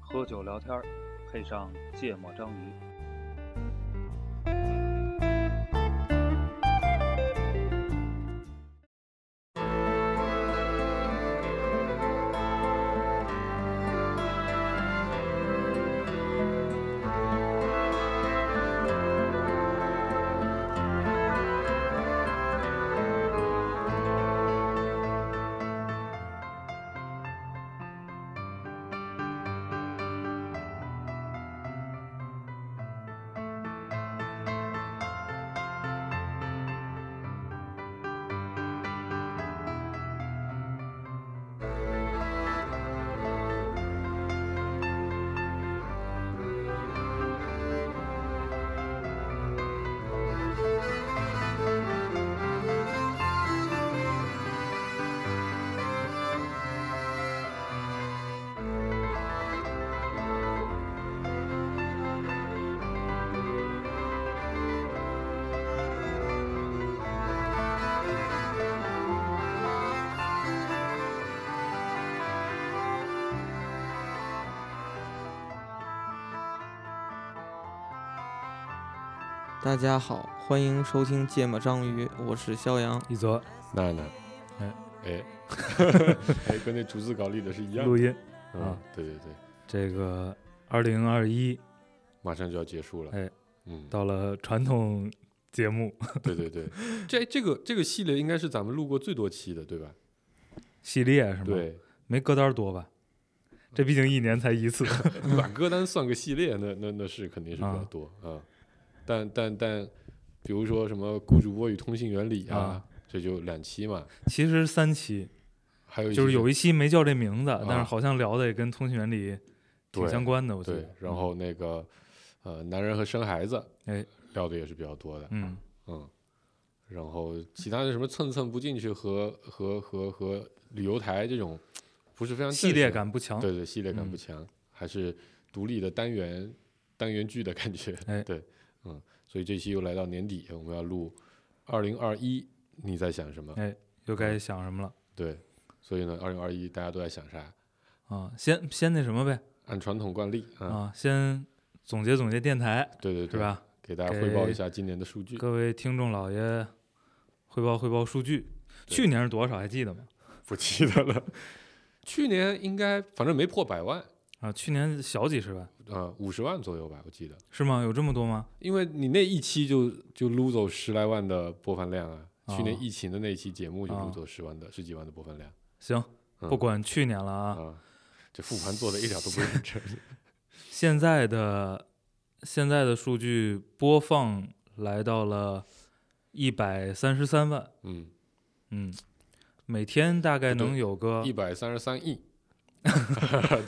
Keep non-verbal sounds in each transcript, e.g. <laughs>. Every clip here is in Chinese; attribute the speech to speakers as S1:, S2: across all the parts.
S1: 喝酒聊天儿，配上芥末章鱼。
S2: 大家好，欢迎收听《芥末章鱼》，我是肖阳。
S3: 一泽
S4: 娜娜，
S3: 哎
S4: 哎， <laughs> 哎，跟那逐字稿里的是一样
S3: 录
S4: 的。
S3: 音，
S4: 嗯
S3: 啊，
S4: 对对对，
S3: 这个二零二一
S4: 马上就要结束了。
S3: 哎，
S4: 嗯，
S3: 到了传统节目
S4: 对
S3: <laughs>
S4: 对对，这这个这个系列应该是咱们录过最多期的，对吧？
S3: 系列是吗？， <laughs>
S4: 对，
S3: 没歌单多吧？这毕竟一年才一
S4: <laughs>
S3: 次，
S4: 把歌单算个系列，那那那是肯定是比较多啊。但但但，比如说什么《雇主播与通信原理》啊
S3: 啊，
S4: 这就两期嘛，
S3: 其实三期，
S4: 还有
S3: 就是有
S4: 一
S3: 一期没叫这名字，但是
S4: 啊
S3: 好像聊的也跟通讯原理挺
S4: 对
S3: 相关的，我
S4: 些
S3: 觉
S4: 对
S3: 得。，
S4: 然后那个呃，男人和生孩子，
S3: 哎，
S4: 聊的也是比较多的。
S3: 嗯，
S4: 嗯，然后其他的什么蹭蹭不进去和和和和旅游台这种，不是非常
S3: 系
S4: 正
S3: 列
S4: 式的，
S3: 感不强。
S4: 对对，系列感
S3: 嗯
S4: 不强，还是独立的单元单元剧的感觉。
S3: 哎
S4: 对，嗯，所以这期又来到年底，我们要录二零二一，你在想什么？
S3: 哎又该想什么了
S4: 对，所以呢，二零二一大家都在想啥？
S3: 啊？先先那什么呗
S4: 按传统惯例，嗯，
S3: 啊，先总结总结电台
S4: 对对
S3: 是
S4: 对，
S3: 吧？
S4: 给大家汇报
S3: 给
S4: 一下今年的数据。
S3: 各位听众老爷，汇报汇报数据，去年是多少还记得吗？
S4: 不记得了， <laughs> 去年应该反正没破百万，
S3: 啊，去年小几十万
S4: 呃，五十万左右吧，我记得。
S3: 是吗？有这么多吗？
S4: 因为你那一期就就撸走十来万的播放量啊，
S3: 哦
S4: 去年疫情的那一期节目就
S3: 哦
S4: 撸走十万的、十几万的播放量
S3: 行，
S4: 嗯
S3: 不管去年了啊，
S4: 啊，这复盘做的一点都不认
S3: <laughs>
S4: 真。
S3: 现在的现在的数据播放来到了一百三十三万，
S4: 嗯，
S3: 嗯，每天大概
S4: 不对
S3: 能有个
S4: 一百三十
S3: <laughs>
S4: 三亿，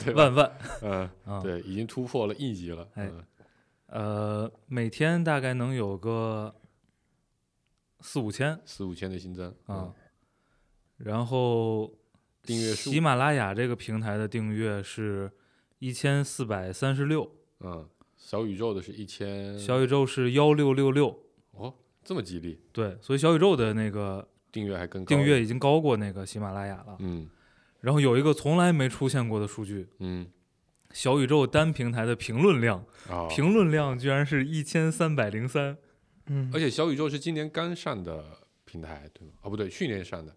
S4: 对吧？
S3: 万万，
S4: 嗯、
S3: 啊，
S4: 对，已经突破了亿级了。
S3: 哎
S4: 嗯，
S3: 呃，每天大概能有个四五千
S4: 四五千的新增
S3: 啊，，然后
S4: 嗯订阅数
S3: 喜马拉雅这个平台的订阅是一千四百三十六，
S4: 嗯嗯，小宇宙的是一千，
S3: 小宇宙是幺六六六，
S4: 哦，这么吉利，
S3: 对，所以小宇宙的那个
S4: 订阅还更高。
S3: 订，阅已经高过那个喜马拉雅了。
S4: 嗯
S3: 然后有一个从来没出现过的数据，
S4: 嗯，
S3: 小宇宙单平台的评论量，
S4: 啊、
S3: 评论量居然是一千三百零三，
S2: 嗯
S4: 而且小宇宙是今年刚上的平台，对吗？哦，不对，去年上的，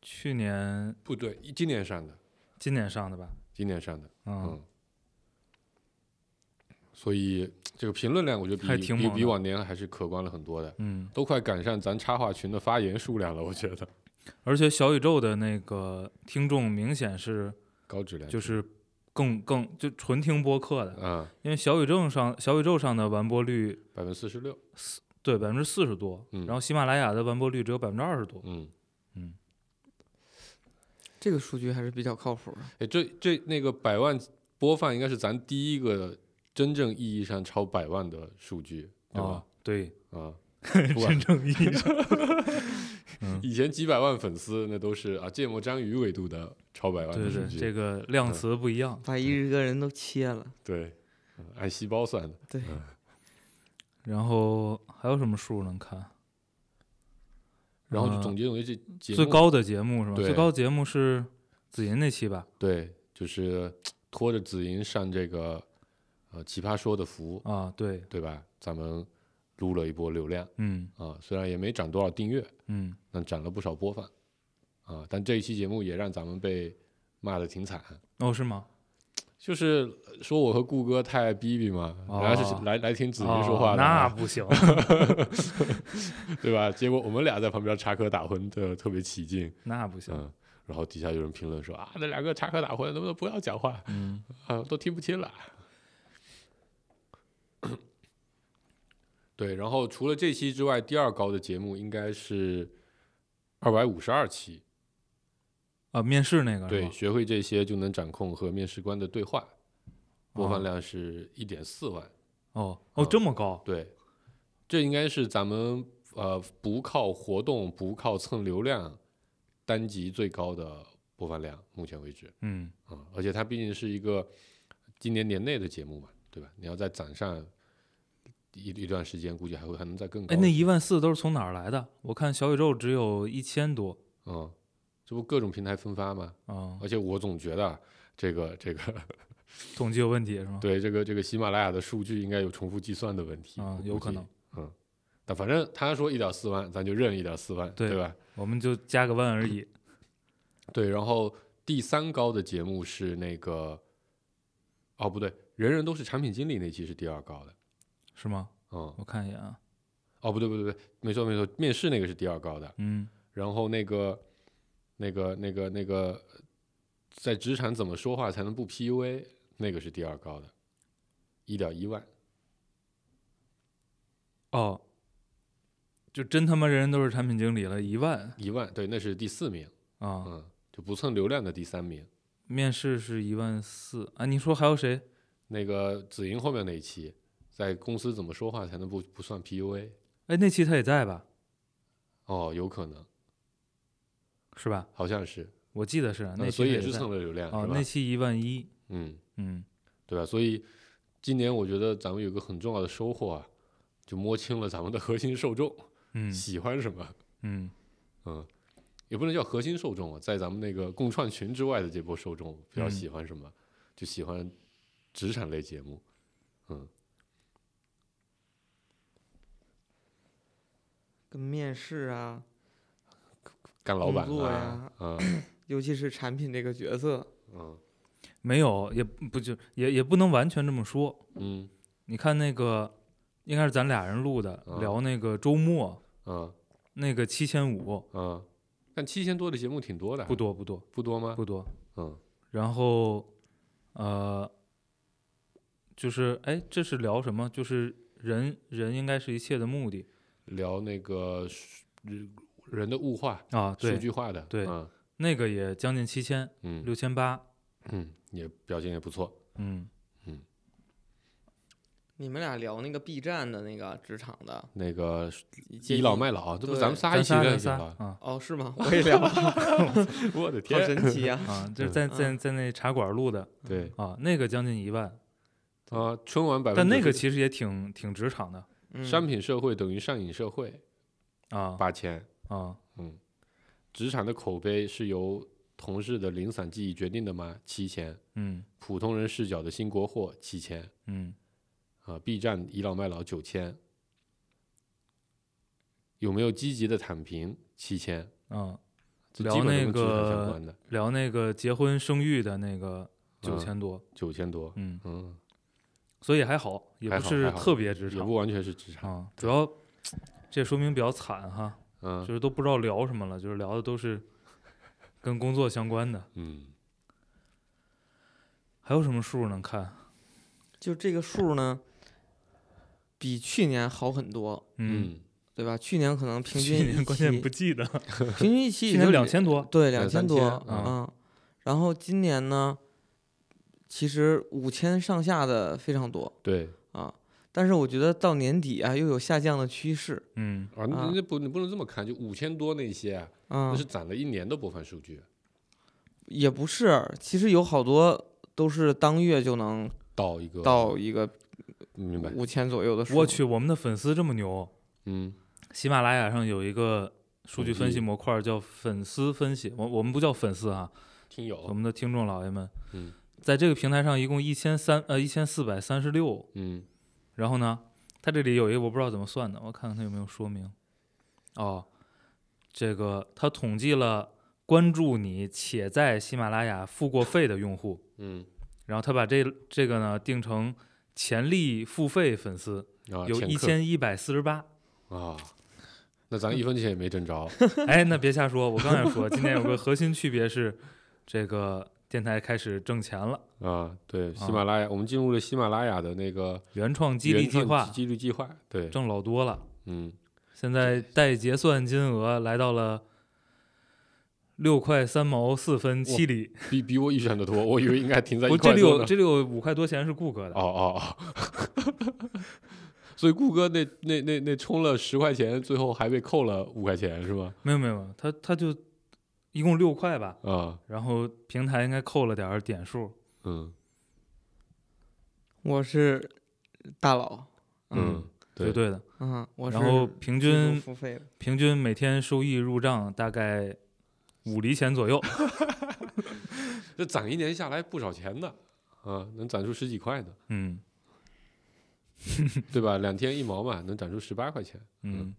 S3: 去年
S4: 不对，今年上的，
S3: 今年上的吧？
S4: 今年上的。
S3: 嗯，
S4: 嗯，所以这个评论量，我觉得
S3: 还
S4: 比
S3: 挺
S4: 比
S3: 猛
S4: 比
S3: 的
S4: 往年还是可观了很多的，
S3: 嗯，
S4: 都快赶上咱插画群的发言数量了。我觉
S3: <laughs>
S4: 得
S3: 而且小宇宙的那个听众明显是
S4: 高质量
S3: 就是更更就纯听播客的，
S4: 嗯，
S3: 因为小宇宙上小宇宙上的完播率
S4: 百分之四十六，
S3: 对百分之四十多，
S4: 嗯
S3: 然后喜马拉雅的完播率只有百分之二十多，
S4: 嗯，
S2: 这个数据还是比较靠谱啊的。
S4: 哎，这这那个百万播放应该是咱第一个真正意义上超百万的数据，对
S3: 啊
S4: 吧？，
S3: 对，
S4: 啊，不管
S3: 真正意义
S4: <laughs>
S3: 上，
S4: 以前几百万粉丝那都是啊芥末章鱼维度的超百万
S3: 对
S4: 的数
S3: 对，
S4: 据，
S3: 这个量
S4: 嗯
S3: 词不一样，
S2: 把一个人都切了，
S4: 对，嗯按细胞算的。
S2: 对，
S3: 嗯
S4: 嗯
S3: 然后还有什么数能看？
S4: 然后就
S3: 呃
S4: 总结总结这节目
S3: 最高的节目是吧？
S4: 对
S3: 最高节目是紫银那期吧？
S4: 对，就是拖着紫银上这个呃《奇葩说》的福，
S3: 啊，对，
S4: 对吧？咱们撸了一波流量
S3: 嗯
S4: 啊、虽然也没涨多少订阅，
S3: 嗯，
S4: 但涨了不少播放啊、但这一期节目也让咱们被骂的挺惨，
S3: 哦，是吗？
S4: 就是说我和顾哥太逼逼嘛，然后
S3: 哦
S4: 是来来听紫银说
S3: 哦
S4: 话的
S3: 那
S4: 嘛，
S3: 不
S4: <laughs>
S3: 行，
S4: 对吧？结果我们俩在旁边插科打诨的特别起劲，
S3: 那不行，
S4: 嗯。然后底下有人评论说啊，那两个插科打诨，能不能不要讲话
S3: 嗯，
S4: 啊？都听不清了。 <coughs> 对，然后除了这期之外，第二高的节目应该是二百五十二期，
S3: 啊，面试那个是
S4: 对，
S3: 吗
S4: 学会这些就能掌控和面试官的对话，播
S3: 哦
S4: 放量是一点四万，
S3: 哦
S4: 嗯
S3: 哦，这么高，
S4: 对，这应该是咱们呃不靠活动、不靠蹭流量，单集最高的播放量，目前为止
S3: 嗯
S4: 啊、嗯而且它毕竟是一个今年年内的节目嘛，对吧？你要再攒上一一段时间，估计还会还能再更高
S3: 哎，。那一万四都是从哪儿来的？我看小宇宙只有一千多
S4: 嗯，这不各种平台分发吗？
S3: 啊，
S4: 而且我总觉得啊这个这个
S3: 嗯统计有问题是吗？
S4: 对这个这个喜马拉雅的数据应该有重复计算的问题
S3: 啊
S4: 我
S3: 有
S4: 估
S3: 可
S4: 计
S3: 能。
S4: 嗯，但反正他说一点四万，咱就认一点四万，
S3: 对
S4: 吧？
S3: 我们就加个万而已。
S4: 对，然后第三高的节目是那个，哦不对，人人都是产品经理那期是第二高的，
S3: 是吗？
S4: 嗯，
S3: 我看一眼啊，
S4: 哦不对不对不对，没错没错，面试那个是第二高的，
S3: 嗯，
S4: 然后那个那个那个那个在职场怎么说话才能不 PUA 那个是第二高的，一点一万，
S3: 哦，就真他妈人人都是产品经理了，一万
S4: 一万对，那是第四名，
S3: 啊，
S4: 嗯，就不蹭流量的第三名。
S3: 面试是一万四啊。你说还有谁？
S4: 那个紫莹后面那一期，在公司怎么说话才能不不算 PUA？
S3: 哎，那期他也在吧？
S4: 哦，有可能，
S3: 是吧？
S4: 好像是。
S3: 我记得是啊
S4: 嗯
S3: 那期
S4: 所以
S3: 他
S4: 也是
S3: 在
S4: 蹭了流量，
S3: 哦
S4: 是，吧
S3: 那？期一万一，
S4: 嗯，
S3: 嗯，
S4: 对吧？所以今年我觉得咱们有个很重要的收获啊，就摸清了咱们的核心受众、
S3: 嗯
S4: 喜欢什么，
S3: 嗯，
S4: 嗯，也不能叫核心受众啊，在咱们那个共创群之外的这波受众比较
S3: 嗯
S4: 喜欢什么，就喜欢职场类节目，嗯，
S2: 跟面试啊，
S4: 干老板
S2: 工作
S4: 啊
S2: 呀，
S4: 嗯
S2: 尤其是产品这个角色，
S4: 嗯
S3: 没有，也不就也也不能完全这么说。
S4: 嗯
S3: 你看那个，应该是咱俩人录的，
S4: 嗯
S3: 聊那个周末
S4: 嗯
S3: 那个七千五，
S4: 嗯，但七千多的节目挺多的啊，
S3: 不多不多
S4: 不多吗？
S3: 不多。
S4: 嗯
S3: 然后，呃，就是哎，这是聊什么？就是人人应该是一切的目的
S4: 聊那个人人的物化、
S3: 啊。
S4: 数
S3: 对，
S4: 据化的，
S3: 对
S4: 嗯
S3: 那个也将近七千，
S4: 嗯。
S3: 六千八，
S4: 嗯，也表现也不错。
S3: 嗯，
S2: 你们俩聊那个 B 站的那个职场的，
S4: 那个
S2: 接
S4: 倚老
S2: 近
S4: 卖老，这不
S2: 对
S4: 咱们仨一
S3: 咱
S4: 起
S3: 仨
S4: 认
S3: 咱
S4: 识
S3: 仨
S4: 了？
S3: 啊
S2: 哦，是
S3: <laughs>
S2: 吗？我也聊了， <laughs> 好
S4: <laughs> 我的！
S2: 神奇呀、
S3: 啊，这是在在在那茶馆录的
S4: 对
S3: 啊，那个将近一万，
S4: 啊，春晚百分
S3: 但
S4: 之
S3: 那个其实也挺挺职场的
S2: 嗯，
S4: 商品社会等于上瘾社会
S3: 啊
S4: 八千，
S3: 啊，
S4: 嗯，职场的口碑是由同事的零散记忆决定的吗？七千，
S3: 嗯
S4: 普通人视角的新国货七千
S3: 嗯，
S4: 啊，B 站倚老卖老九千，有没有积极的躺平七千？
S3: 啊，
S4: 这
S3: 聊
S4: 基本
S3: 那
S4: 都跟职场
S3: 个
S4: 相关的嗯
S3: 聊那个结婚生育的那个九千多，
S4: 九千多，
S3: 嗯，
S4: 嗯，
S3: 所以还好，也
S4: 还
S3: 不
S4: 好
S3: 是
S4: 还好
S3: 特别职
S4: 也
S3: 场
S4: 不完全是职场，
S3: 啊，主要这说明比较惨哈，
S4: 嗯
S3: 就是都不知道聊什么了，就是聊的都是跟工作相关的，
S4: 嗯。
S3: 还有什么数能看？
S2: 就这个数呢，比去年好很多，
S3: 嗯，
S4: 嗯，
S2: 对吧？去年可能平均
S3: 去
S2: 一
S3: 年关键
S2: 期
S3: 不记得，
S2: 平均一期
S3: 去
S2: 也
S3: 年
S2: 就
S3: 两千多，
S2: 对，
S4: 两
S2: 两
S4: 三
S2: 千多，
S4: 千
S3: 嗯
S2: 嗯，然后今年呢，其实五千上下的非常多
S4: 对
S2: 啊，但是我觉得到年底啊又有下降的趋势
S3: 嗯
S4: 啊，你
S2: 啊
S4: 你不你不能这么看，就五千多那些啊，
S2: 啊
S3: 嗯
S4: 那是，攒了一年的播放数据，
S2: 也不是，其实有好多都是当月就能
S4: 到一个
S2: 到一个
S4: 明白，
S2: 五千左右的数。
S3: 我去，我们的粉丝这么牛，
S4: 嗯
S3: 喜马拉雅上有一个数据分析
S4: 统计
S3: 模块儿叫粉丝分析，我我们不叫粉丝啊，
S4: 听
S3: 我
S4: 友，
S3: 们的听众老爷们，
S4: 哦嗯
S3: 在这个平台上一共一千三呃一千四百三十六，
S4: 嗯
S3: 然后呢，它这里有一个我不知道怎么算的，我看看它有没有说明。哦，这个它统计了关注你且在喜马拉雅付过费的用户，
S4: 嗯，
S3: 然后他把这这个呢定成潜力付费粉丝，
S4: 啊，
S3: 有
S4: 前
S3: 一
S4: 客
S3: 千一百四十八。 <laughs>
S4: 啊，那咱一分钱也没挣着，
S3: 哎，那别瞎说，我刚想说，今天有个核心区别是，这个电台开始挣钱了，
S4: 啊，对，
S3: 啊
S4: 喜马拉雅，我们进入了喜马拉雅的那个
S3: 原创激励
S4: 原
S3: 计
S4: 创
S3: 划
S4: 激励计划，对，
S3: 挣老多了，
S4: 嗯，
S3: 现在待结算金额来到了六块三毛四分七厘，
S4: 比比我预想的多，我以为应该停在一
S3: 不，这
S4: 块
S3: 里
S4: 多
S3: 有
S4: 呢。
S3: 这里有五块多钱是顾哥的，
S4: 哦哦哦， <laughs> 所以顾哥那那那那充了十块钱，最后还被扣了五块钱是吧？
S3: 没有没有没有，他他就一共六块吧，
S4: 啊，
S3: 然后平台应该扣了点儿点数，
S4: 嗯
S2: 我是大佬，
S4: 嗯，
S3: 绝
S4: 对，
S3: 对的，
S2: 嗯，我是
S3: 然后平
S2: 自助
S3: 均
S2: 付费的，
S3: 平均每天收益入账大概五厘钱左
S4: <laughs>
S3: 右，
S4: 这攒一年下来不少钱呢，啊，能攒出十几块呢，
S3: 嗯
S4: 对吧？两天一毛嘛，能攒出十八块钱。
S3: 嗯。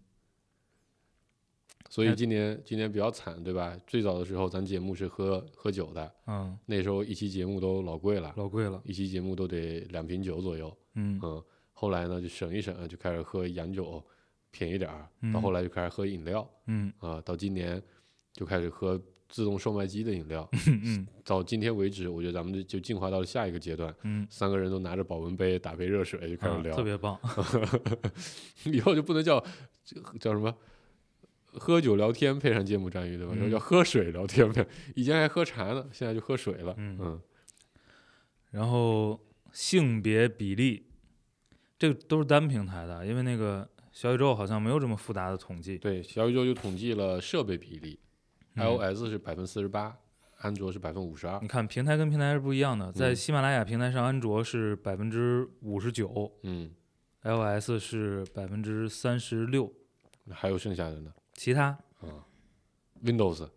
S4: 所
S3: 哎
S4: 以今年今年比较惨，对吧？最早的时候咱节目是喝喝酒的，
S3: 嗯，
S4: 那时候一期节目都老贵了，
S3: 老贵了。
S4: 一期节目都得两瓶酒左右。
S3: 嗯
S4: 嗯，后来呢就省一省，就开始喝洋酒，便宜点儿。
S3: 嗯
S4: 到后来就开始喝饮料
S3: 嗯
S4: 啊、到今年就开始喝自动售卖机的饮料。
S3: 嗯
S4: 到今天为止，我觉得咱们就进化到了下一个阶段，
S3: 嗯
S4: 三个人都拿着保温杯打杯热水就开始
S3: 嗯，
S4: 聊。
S3: 特别棒。
S4: <laughs> 以后就不能叫叫什么喝酒聊天配上芥末章鱼对吧？
S3: 嗯
S4: 叫喝水聊天配，以前还喝茶呢，现在就喝水了。
S3: 嗯
S4: 嗯
S3: 然后性别比例，这个都是单平台的，因为那个小宇宙好像没有这么复杂的统计。
S4: 对，小宇宙就统计了设备比例、
S3: 嗯
S4: i o s 是百分之四十八，安卓是百分之五十二
S3: 你。看平台跟平台是不一样的，在
S4: 嗯
S3: 喜马拉雅平台上，安卓是百分之五十九
S4: 嗯，
S3: ，iOS 是百分之三十六，
S4: 还有剩下的呢嗯
S3: 其
S4: <laughs>
S3: 他
S4: ，Windows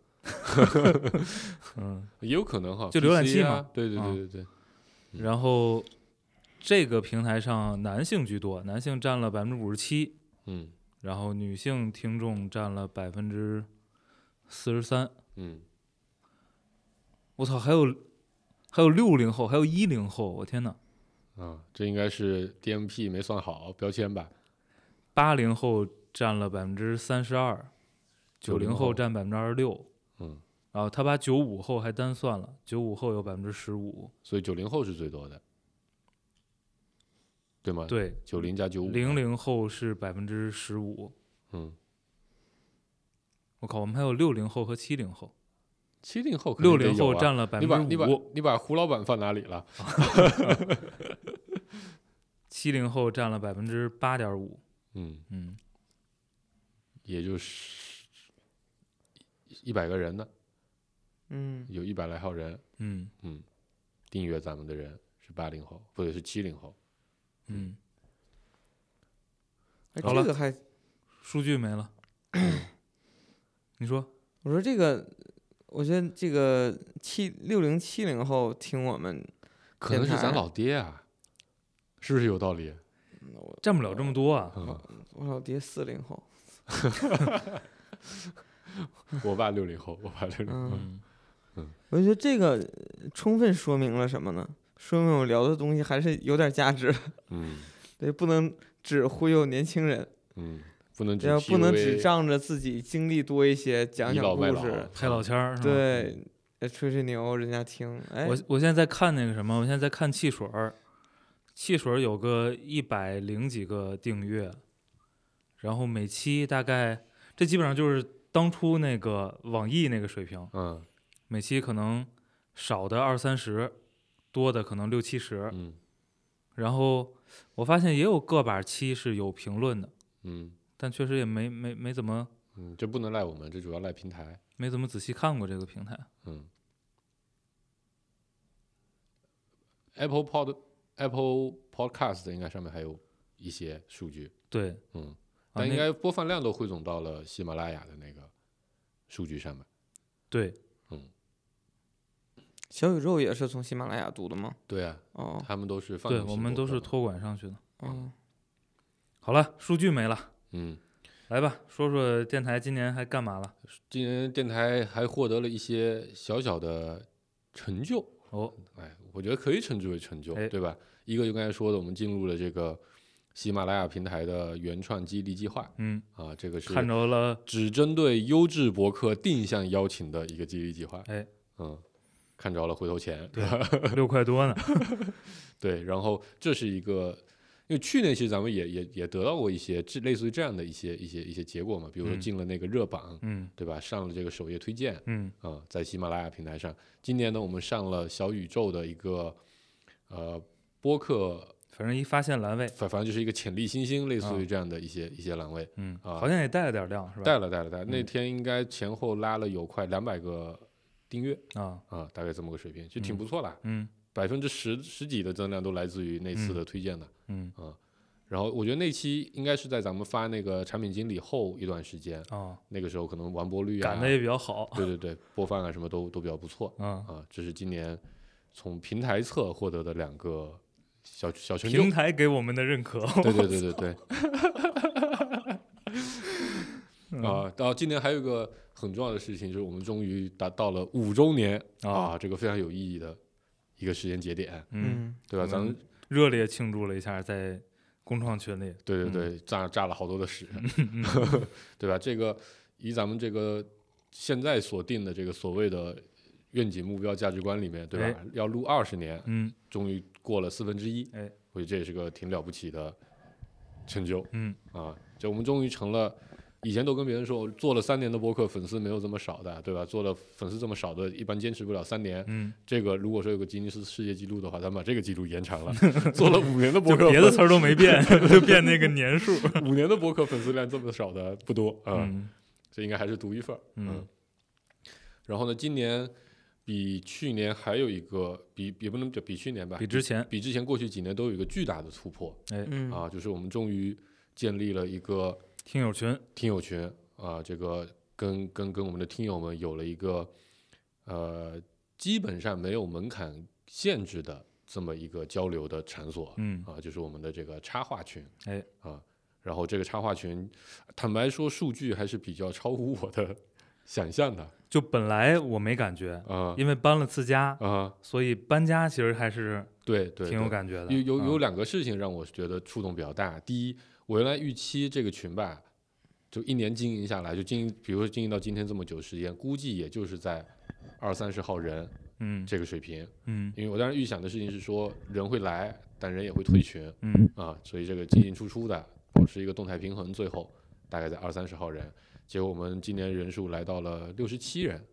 S3: 嗯，
S4: 也有可能哈，
S3: 就浏览
S4: PC
S3: 器
S4: 啊
S3: 嘛
S4: 对对
S3: 啊
S4: 对对对，嗯
S3: 然后这个平台上男性居多，男性占了百分之五十七，
S4: 嗯
S3: 然后女性听众占了百分之四十三。
S4: 嗯，
S3: 我操，还有还有六零后，还有一零后，我天呐，
S4: 啊，这应该是 DMP 没算好标签吧？
S3: 八零后占了百分之三十二，九零
S4: 90
S3: 后
S4: 后
S3: 占百分之二十六，
S4: 嗯，
S3: 然后他把九五后还单算了，九五后有百分之十五，
S4: 所以九零后是最多的，对吗？，
S3: 对，
S4: 九零加九五，
S3: 零零后是百分之十五，
S4: 嗯，
S3: 我靠，我们还有六零后和七零后，
S4: 七零后肯
S3: 六
S4: 定得有啊、
S3: 零后占了百
S4: 你把
S3: 分
S4: 啊你
S3: 之
S4: 把
S3: 五，
S4: 你把胡老板放哪里了？
S3: 七零后占了百分之八点五，
S4: 嗯，
S3: 嗯，
S4: 也就是一百个人呢，
S2: 嗯，
S4: 有一百来号人
S3: 嗯
S4: 订阅咱们的人是八零后，不对，是七零后。
S3: 嗯，
S2: 哎，
S3: 好
S2: 这
S3: 了
S2: 个还，
S3: 数据没了，
S4: 嗯
S3: <coughs> 你说，
S2: 我说这个，我觉得这个七六零七零后听我们，
S4: 可能是
S2: 电
S4: 咱
S2: 台
S4: 老爹啊，是不是有道理？
S2: 我
S3: 占不了这么多啊，
S4: 嗯，
S2: 我老爹四零后，
S4: <laughs> 我爸六零后，我爸六零后。
S2: 嗯，
S3: 嗯
S2: 我觉得这个呃充分说明了什么呢？说明我聊的东西还是有点价值的，
S4: 嗯
S2: 对，不能只忽悠年轻人，
S4: 嗯，不能只
S2: 要不能只
S4: PUA
S2: 仗着自己经历多一些，讲
S4: 倚
S2: 讲
S4: 老卖
S2: 故
S4: 老
S2: 事，
S3: 拍老签儿是吧？
S2: 对，呃吹吹牛，人家听，哎，
S3: 我我现在在看那个什么，我现在在看汽水儿，汽水儿有个一百零几个订阅，然后每期大概这基本上就是当初那个网易那个水平，
S4: 嗯
S3: 每期可能少的二三十，多的可能六七十。
S4: 嗯
S3: 然后我发现也有个把期是有评论的，
S4: 嗯
S3: 但确实也没没没怎么
S4: 嗯，这不能赖我们，这主要赖平台。
S3: 没怎么仔细看过这个平台。
S4: 嗯，Apple Pod Apple Podcast 应该上面还有一些数据，
S3: 对，
S4: 嗯，
S3: 啊
S4: 但应
S3: 那
S4: 该播放量都汇总到了喜马拉雅的那个数据上面。
S3: 对
S2: 小宇宙也是从喜马拉雅读的吗？
S4: 对啊，
S2: 哦，
S4: 他们都是放
S3: 对，
S4: 进去
S3: 我们
S4: 播
S3: 都是
S4: 放的
S3: 托管上去的。
S2: 哦，
S3: 好了，数据没了，
S4: 嗯，
S3: 来吧，说说电台今年还干嘛了？
S4: 今年电台还获得了一些小小的成就，
S3: 哦，
S4: 哎，我觉得可以称之为成就，
S3: 哎
S4: 对吧？一个就刚才说的，我们进入了这个喜马拉雅平台的原创激励计划
S3: 嗯，
S4: 啊，这个是
S3: 看着了，
S4: 只针对优质博客定向邀请的一个激励计划。 <laughs>
S3: 哎，
S4: 嗯，看着了回头钱，
S3: 对，六块多呢。
S4: <laughs> 对，然后这是一个，因为去年其实咱们也也也得到过一些这类似于这样的一些一些一些结果嘛，比如说
S3: 嗯
S4: 进了那个热榜，
S3: 嗯
S4: 对吧？上了这个首页推荐，
S3: 嗯，
S4: 啊，在喜马拉雅平台上。今年呢，我们上了小宇宙的一个呃播客，
S3: 反正一发现栏位，
S4: 反反正就是一个潜力新星，类似
S3: 啊
S4: 于这样的一些、一些栏位。
S3: 嗯，
S4: 啊
S3: 好像也带了点量是吧？
S4: 带了带了带了，那
S3: 嗯
S4: 天应该前后拉了有快两百个订阅
S3: 啊，
S4: 啊，大概这么个水平，
S3: 嗯
S4: 就挺不错啦。
S3: 嗯
S4: 百分之十十几的增量都来自于那次的推荐的。
S3: 嗯
S4: 然后我觉得那期应该是在咱们发那个产品经理后一段时间，
S3: 啊，
S4: 那个时候可能完播率啊
S3: 赶，的也比较好。
S4: 对对对，播放啊什么都都比较不错。
S3: 啊，
S4: 啊，这是今年从平台侧获得的两个小小成就
S3: 平。台给我们的认可，
S4: 对对对对对。 <laughs> 啊，然后今年还有一个很重要的事情，就是我们终于达到了五周年
S3: 啊
S4: 啊，这个非常有意义的一个时间节点，
S3: 嗯，
S2: 嗯，
S4: 对吧？
S3: 我
S4: 咱们
S3: 们热烈庆祝了一下，在工创群里，
S4: 对对
S3: 嗯
S4: 对，炸炸了好多的屎， <laughs> 对吧？这个以咱们这个现在所定的这个所谓的愿景目标价值观里面，对
S3: 哎
S4: 吧？要录二十年，
S3: 嗯
S4: 终于过了四分之一，
S3: 哎，
S4: 我觉得这也是个挺了不起的成就
S3: 嗯，
S4: 啊！就我们终于成了，以前都跟别人说，我做了三年的播客，粉丝没有这么少的，对吧？做了粉丝这么少的，一般坚持不了三年。
S3: 嗯，
S4: 这个如果说有个吉尼斯世界纪录的话，咱们把这个记录延长了， <laughs> 做了五年的播
S3: 就
S4: 客，
S3: 别的词儿都没变， <laughs> 就变那个年数。
S4: <laughs> 五年的播客粉丝量这么少的不多啊，
S3: 嗯
S4: 这应该还是独一份儿。
S3: 嗯
S4: 然后呢，今年比去年还有一个比也不能叫比去年吧，
S3: 比之前，哎
S4: 比之前过去几年都有一个巨大的突破、
S2: 嗯，
S4: 啊，就是我们终于建立了一个
S3: 听友群，
S4: 听友群啊，这个跟跟跟我们的听友们有了一个呃基本上没有门槛限制的这么一个交流的场所，
S3: 嗯
S4: 啊，就是我们的这个插画群，
S3: 哎
S4: 啊，然后这个插画群，坦白说数据还是比较超乎我的 <laughs> 想象的
S3: 就本来我没感觉，
S4: 啊
S3: 因为搬了次家，
S4: 啊，
S3: 所以搬家其实还是
S4: 对对，
S3: 挺有
S4: 对
S3: 感觉的。
S4: 有有有
S3: 嗯
S4: 两个事情让我觉得触动比较大。第一，我原来预期这个群吧，就一年经营下来，就经营，比如说经营到今天这么久时间，估计也就是在二三十号人
S3: 嗯
S4: 这个水平。
S3: 嗯
S4: 因为我当时预想的事情是说人会来，但人也会退群
S3: 嗯
S4: 啊，所以这个进进出出的保持一个动态平衡，最后大概在二三十号人。结果我们今年人数来到了六十七人，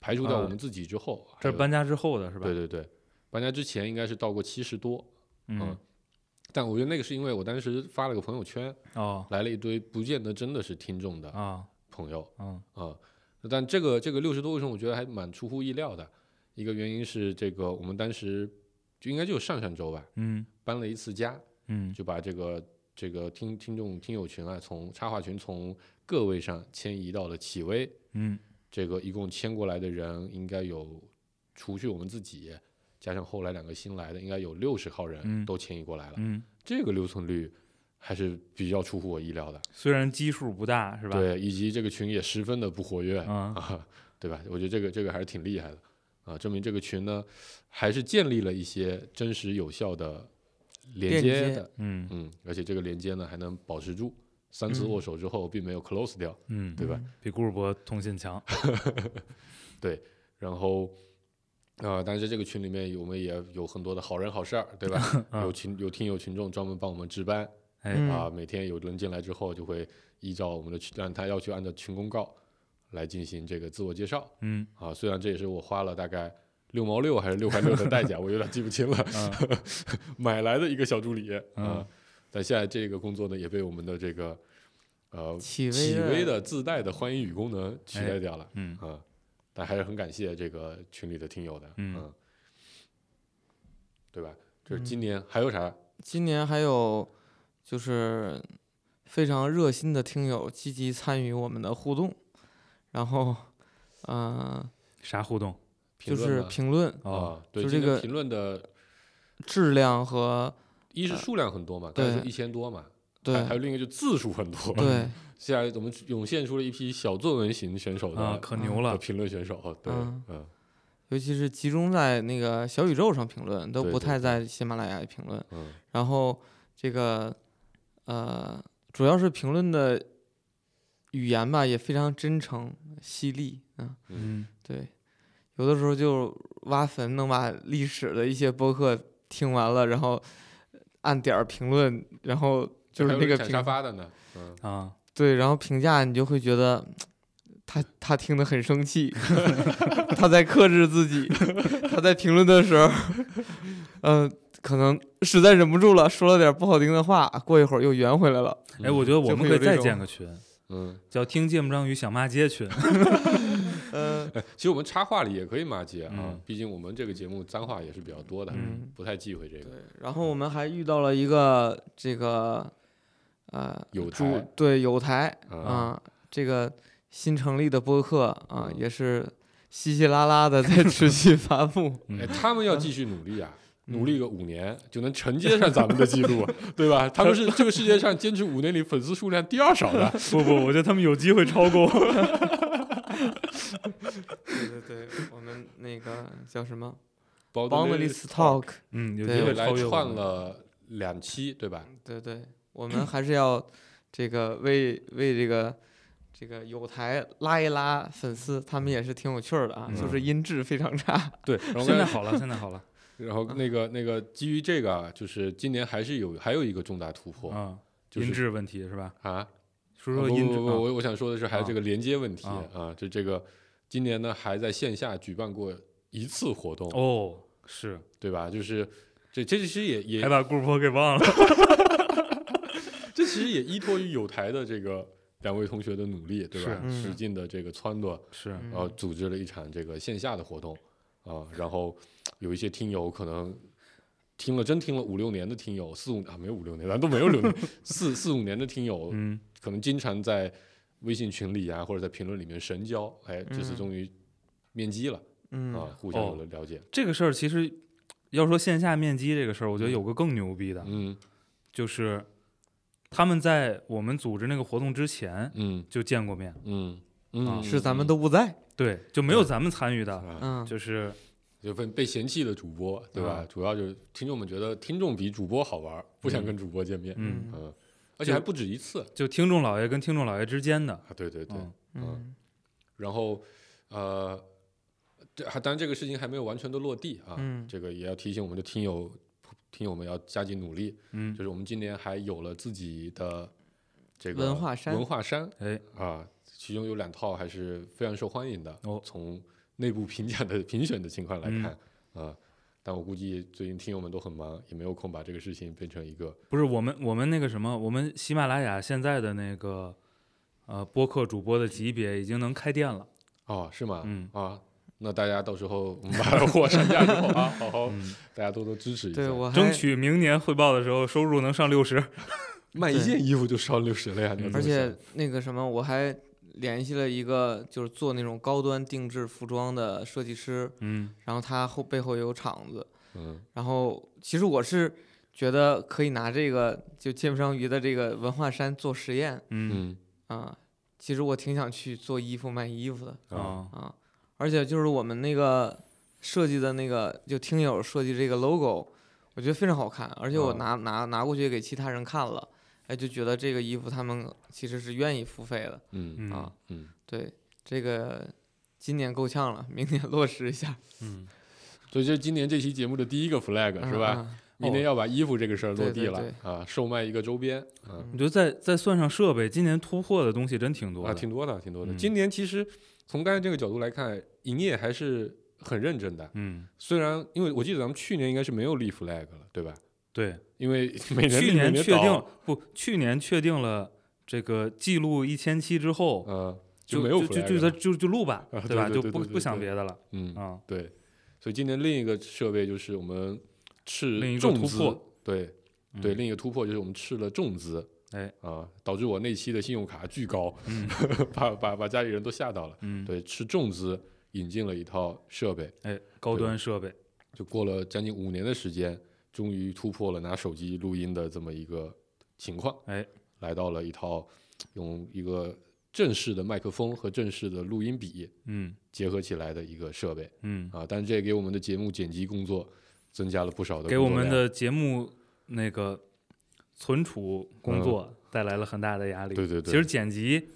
S4: 排除掉
S3: 啊
S4: 我们自己之后，还
S3: 这
S4: 有
S3: 是搬家之后的是吧？
S4: 对对对，搬家之前应该是到过七十多。
S3: 嗯
S4: 嗯但我觉得那个是因为我当时发了个朋友圈，
S3: 哦
S4: 来了一堆不见得真的是听众的
S3: 啊
S4: 朋友
S3: 嗯
S4: 啊、但这个这个六十多为什么我觉得还蛮出乎意料的？一个原因是这个我们当时就应该就是上上周吧，
S3: 嗯
S4: 搬了一次家，
S3: 嗯
S4: 就把这个这个听听众听友群啊，从插画群从个位上迁移到了企微，
S3: 嗯
S4: 这个一共迁过来的人应该有，除去我们自己，加上后来两个新来的，应该有六十号
S3: 嗯
S4: 人都迁移过来了。
S3: 嗯，
S4: 这个留存率还是比较出乎我意料的，
S3: 虽然基数不大是吧？
S4: 对，以及这个群也十分的不活跃、
S3: 嗯
S4: 啊，对吧？我觉得这个这个还是挺厉害的啊，证明这个群呢还是建立了一些真实有效的连
S2: 链接
S4: 接的，
S3: 嗯
S4: 嗯，而且这个连接呢还能保持住，三次
S2: 嗯
S4: 握手之后并没有 close 掉，
S3: 嗯，
S4: 对吧？
S3: 比顾尔博通信强。？
S4: 然后啊、呃但是这个群里面我们也有很多的好人好事儿，对吧
S3: 啊
S4: 有群有听友群众专门帮我们值班，
S3: 哎
S2: 嗯
S4: 啊，每天有人进来之后，就会依照我们的群让他要求按照群公告来进行这个自我介绍
S3: 嗯
S4: 啊。虽然这也是我花了大概六毛六还是六块六的代价，我有点记不清了， <laughs> 买来的一个小助理
S3: 嗯
S4: 啊。但现在这个工作呢，也被我们的这个呃
S2: 企微
S4: 企
S2: 的哎
S4: 微的自带的欢迎语功能取代掉了
S3: 嗯
S4: 啊。
S2: 嗯
S4: 但还是很感谢这个群里的听友的，
S3: 嗯
S4: 嗯，对吧？这是今年还有啥？
S2: 今年还有就是非常热心的听友积极参与我们的互动，然后，呃，
S3: 啥互动？
S2: 就
S4: 评论
S2: 是
S4: 吧
S2: 评论
S3: 哦，
S4: 啊，对，
S2: 就
S4: 今
S2: 这
S4: 年
S2: 个
S4: 评论的
S2: 质量和
S4: 一是
S2: 呃
S4: 数量很多嘛，刚才说
S2: 对
S4: 一千多嘛，还
S2: 对
S4: 还有另一个就字数很多。，
S2: 对，
S4: 现在我们涌现出了一批小作文型选手
S3: 啊，
S4: 的嗯
S3: 可牛了
S4: 的！评论选手，对，
S2: 嗯
S4: 嗯，
S2: 尤其是集中在那个小宇宙上评论，都
S4: 对
S2: 不
S4: 对
S2: 太
S4: 对
S2: 在喜马拉雅评论。
S4: 嗯
S2: 然后这个呃，主要是评论的语言吧，也非常真诚犀利啊。
S3: 嗯，
S2: 对，有的时候就挖坟，能把历史的一些播客听完了，然后按点儿评论，然后就是
S4: 还
S2: 那
S4: 有
S2: 个
S4: 抢
S2: 评
S4: 沙发的呢，嗯，
S3: 啊，
S2: 对，然后评价你就会觉得他他听得很生气， <laughs> 他在克制自己，他在评论的时候，嗯、可能实在忍不住了，说了点不好听的话，过一会儿又圆回来了。
S3: 哎，我觉得我
S2: 就
S3: 们
S2: 会有
S3: 可以
S2: 这
S3: 再
S2: 种
S3: 建个群，
S4: 嗯，
S3: 叫“听芥末章鱼想骂街群 <laughs>
S2: 嗯、
S4: 其实我们插话里也可以骂街啊
S3: 嗯，
S4: 毕竟我们这个节目脏话也是比较多的，
S2: 嗯
S4: 不太忌讳这个。
S2: 然后我们还遇到了一个这个呃
S4: 友
S2: 主
S4: 台
S2: 对友台
S4: 啊，
S2: 啊、这个新成立的播客啊、
S4: 嗯
S2: 也是稀稀拉拉的在持 <laughs> 续发布。
S4: 哎，
S3: 嗯
S4: 他们要继续努力啊。
S2: 嗯
S4: <laughs> 努力个五年就能承接上咱们的
S3: <laughs>
S4: 记录，对吧？他们是这个世界上坚持五年里粉丝数量第二
S3: <laughs>
S4: 少的，”。
S3: 不不，我觉得他们有机会超过。 <laughs>
S2: 对对对，我们那个叫什么
S4: Boundless
S2: Boundless Talk，
S3: 嗯，有机
S2: 对
S3: 会
S4: 对，
S3: 超
S4: 来
S3: 越我
S4: 创
S3: 们。
S4: 了两期，对吧？
S2: 对对，我 <clears throat> 们还是要这个为为这个这个有台拉一拉粉丝，他们也是挺有趣儿的啊，
S3: 嗯
S2: 就是音质非常差。
S4: 对，然后
S3: 现在好了，现在好了
S4: 然后那个那个基于这个啊，就是今年还是有还有一个重大突破
S3: 啊，
S4: 就是
S3: 音质问题是吧？
S4: 啊，
S3: 说说
S4: 不
S3: 音
S4: 不
S3: 质
S4: 不，
S3: 啊
S4: 我我想说的是还有这个连接问题
S3: 啊
S4: 啊，就这个今年呢还在线下举办过一次活动，
S3: 哦，是
S4: 对吧？就是这这其实也也
S3: 还把顾波给忘
S4: <laughs>
S3: 了。
S4: 这其实也依托于有台的这个两位同学的努力，对吧？
S2: 是嗯
S4: 使劲的这个撺掇，
S3: 是，
S2: 嗯
S4: 然后组织了一场这个线下的活动啊，然后有一些听友可能听了真听了五六年的听友，四五啊没有五六年，咱都没
S3: <laughs>
S4: 有六年，四四五年的听友，
S3: 嗯，
S4: 可能经常在微信群里啊或者在评论里面神交，哎，这次
S2: 嗯
S4: 终于面基了啊
S2: 嗯，，
S4: 互相有
S3: 哦
S4: 了了解，
S3: 这个事儿其实要说线下面基这个事儿，我觉得有个更牛
S2: 哦
S3: 逼的，
S4: 嗯
S3: 就是他们在我们组织那个活动之前
S4: 嗯
S3: 就见过面，
S4: 嗯
S3: 啊
S4: 嗯，
S2: 是咱们
S4: 嗯
S2: 都不在。
S3: 对，就没有咱们参与的，
S4: 啊。
S2: 嗯，
S3: 就是
S4: 就被被嫌弃的主播，对吧？
S3: 啊
S4: 主要就是听众们觉得听众比主播好玩，不想跟主播见面，
S3: 嗯，
S4: 嗯，而且还不止一次
S3: 就听众老爷跟听众老爷之间的，
S4: 啊！对对对，
S3: 嗯
S2: 嗯
S4: 然后呃，这还当然这个事情还没有完全的落地
S3: 哦
S4: 啊，
S2: 嗯
S4: 这个也要提醒我们的听友听友们要加紧努力，
S3: 嗯
S4: 就是我们今年还有了自己的这个
S2: 文化衫
S4: 文化衫
S3: 哎，
S4: 啊，其中有两套还是非常受欢迎的，
S3: 哦
S4: 从内部评价的 <laughs> 评选的情况来
S3: 嗯
S4: 看啊、但我估计最近听友们都很忙，也没有空把这个事情变成一个
S3: 不是我们我们那个什么，我们喜马拉雅现在的那个呃播客主播的级别已经能开店了，
S4: 哦，是吗？
S3: 嗯
S4: 啊。那大家到时候我们把货上架之后啊，好好，
S3: 嗯，
S4: 大家多多支持一下。
S2: 对我还
S3: 争取明年汇报的时候收入能上六
S4: <laughs>
S3: 十，
S4: 卖一
S2: 对嗯
S4: 件衣服就烧六十了呀！你要这
S2: 而
S4: 么
S2: 且
S4: 想
S2: 那个什么，我还联系了一个就是做那种高端定制服装的设计师，
S3: 嗯
S2: 然后他后背后有厂子，
S4: 嗯，
S2: 然后其实我是觉得可以拿这个就芥末章鱼的这个文化衫做实验
S3: 嗯
S4: 嗯
S2: 啊。其实我挺想去做衣服卖衣服的
S4: 啊，
S3: 啊
S2: 啊，而且就是我们那个设计的那个就听友设计这个 logo，我觉得非常好看，而且我
S4: 啊
S2: 拿、拿拿过去给其他人看了，哎，就觉得这个衣服他们其实是愿意付费的
S4: 嗯
S3: 嗯
S2: 啊。
S4: 嗯，
S2: 对，这个今年够呛了，明年落实一下
S3: 嗯，
S4: 所以这是今年这期节目的第一个 flag 是吧？？
S2: 嗯
S4: 明年要把衣服这个事儿落
S2: 对
S4: 地
S2: 对
S4: 了啊，售卖一个周边
S2: 哦
S4: 啊
S3: 我觉得再再算上设备，今年突破的东西真挺多
S4: 啊，
S3: 的，
S4: 挺多的，挺多的。
S3: 嗯
S4: 今年其实从刚才这个角度来看，营业还是很认真的。
S3: 嗯，
S4: 虽然因为我记得咱们去年应该是没有立 flag 了，对吧？
S3: 对，
S4: 因为每
S3: 去
S4: 年立每
S3: 年
S4: 年
S3: 确定
S4: 倒，
S3: 不，去年确定了这个记录一千期之后，
S4: 嗯，
S3: 就
S4: 没有 flag
S3: 就就就
S4: 了
S3: 就就录吧，
S4: 啊
S3: 吧？
S4: 对对
S3: 就
S4: 对
S3: 不
S4: 对对
S3: 不想
S4: 对
S3: 别的了
S4: 嗯
S3: 啊，
S4: 对。所以今年另一个设备就是我们
S3: 另一
S4: 斥
S3: 个
S4: 重
S3: 突
S4: 资
S3: 破，
S4: 对对，
S3: 嗯
S4: 另一个突破就是我们斥了重资，
S3: 哎
S4: 啊，导致我那期的信用卡巨高，
S3: 嗯
S4: <laughs> 把把把家里人都吓到了。
S3: 嗯，
S4: 对，斥重资引进了一套设备，
S3: 哎，高
S4: 对
S3: 端设备，
S4: 就过了将近五年的时间，终于突破了拿手机录音的这么一个情况，
S3: 哎，
S4: 来到了一套用一个正式的麦克风和正式的录音笔
S3: 嗯
S4: 结合起来的一个设备
S3: 嗯，
S4: 啊，但是这也给我们的节目剪辑工作增加了不少的
S3: 给
S4: 工
S3: 我
S4: 作
S3: 们
S4: 量
S3: 的节目那个存储工
S4: 嗯
S3: 作带来了很大的压力。
S4: 对对对
S3: 其实剪辑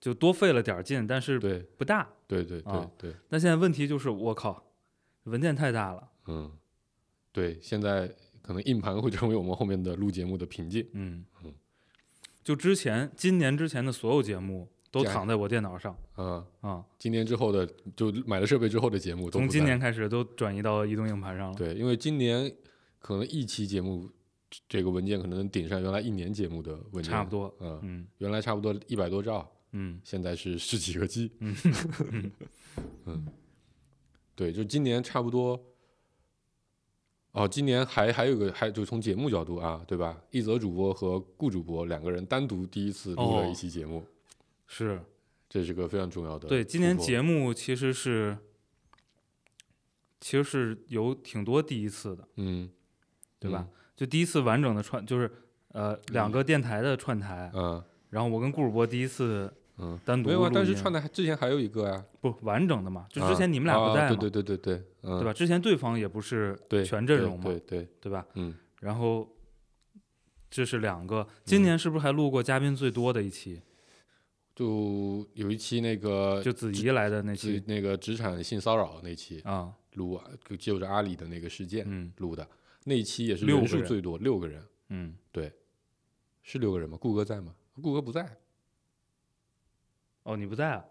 S3: 就多费了点儿劲，但是
S4: 对
S3: 不大。
S4: 对对对
S3: 啊
S4: 对，
S3: 那现在问题就是，我靠，文件太大了。
S4: 嗯，对，现在可能硬盘会成为我们后面的录节目的瓶颈，
S3: 嗯
S4: 嗯，
S3: 就之前今年之前的所有节目都
S4: 这样
S3: 躺在我电脑上
S4: 啊，
S3: 啊，
S4: 今年之后的就买了设备之后的节目都
S3: 从
S4: 不
S3: 今
S4: 在
S3: 年开始都转移到移动硬盘上了。
S4: 对，因为今年可能一期节目这个文件可能能顶上原来一年节目的文件，
S3: 差不多。
S4: 嗯，
S3: 嗯
S4: 原来差不多一百多兆，
S3: 嗯
S4: 现在是十几个 G，
S3: <laughs> 嗯
S4: 嗯对，就今年差不多。哦，今年还还有一个，还就从节目角度啊，对吧？一则主播和顾主播两个人单独第一次录了
S3: 哦
S4: 一期节目，
S3: 是
S4: 这是个非常重要的突破。
S3: 对。今年节目其实是其实是有挺多第一次的，
S4: 嗯，
S3: 对吧？就第一次完整的串，就是呃两个电台的串台，
S4: 嗯？
S3: 然后我跟顾主播第一次
S4: 嗯嗯，
S3: 单独
S4: 没有啊，但
S3: 录
S4: 是
S3: 音
S4: 串的还之前还有一个啊，
S3: 不完整的嘛，就
S4: 啊
S3: 之前你们俩不
S4: 啊
S3: 在嘛，
S4: 对对对对对，嗯，
S3: 对吧？之前对方也不是
S4: 对，
S3: 全阵
S4: 对
S3: 容嘛，
S4: 对对，
S3: 对吧？
S4: 嗯，
S3: 然后这是两个，今年是不是还录过嘉宾最多的一期？
S4: 就有一期那个
S3: 就子怡来的那
S4: 是
S3: 期
S4: 那个职场性骚扰那期
S3: 啊，
S4: 录啊，就就着阿里的那个事件
S3: 嗯
S4: 录的，那一期也是
S3: 六
S4: 人
S3: 个
S4: 数
S3: 人
S4: 最多，六个人，
S3: 嗯，
S4: 是六个人吗？顾哥在吗？顾哥不在，
S3: 哦，你不在啊？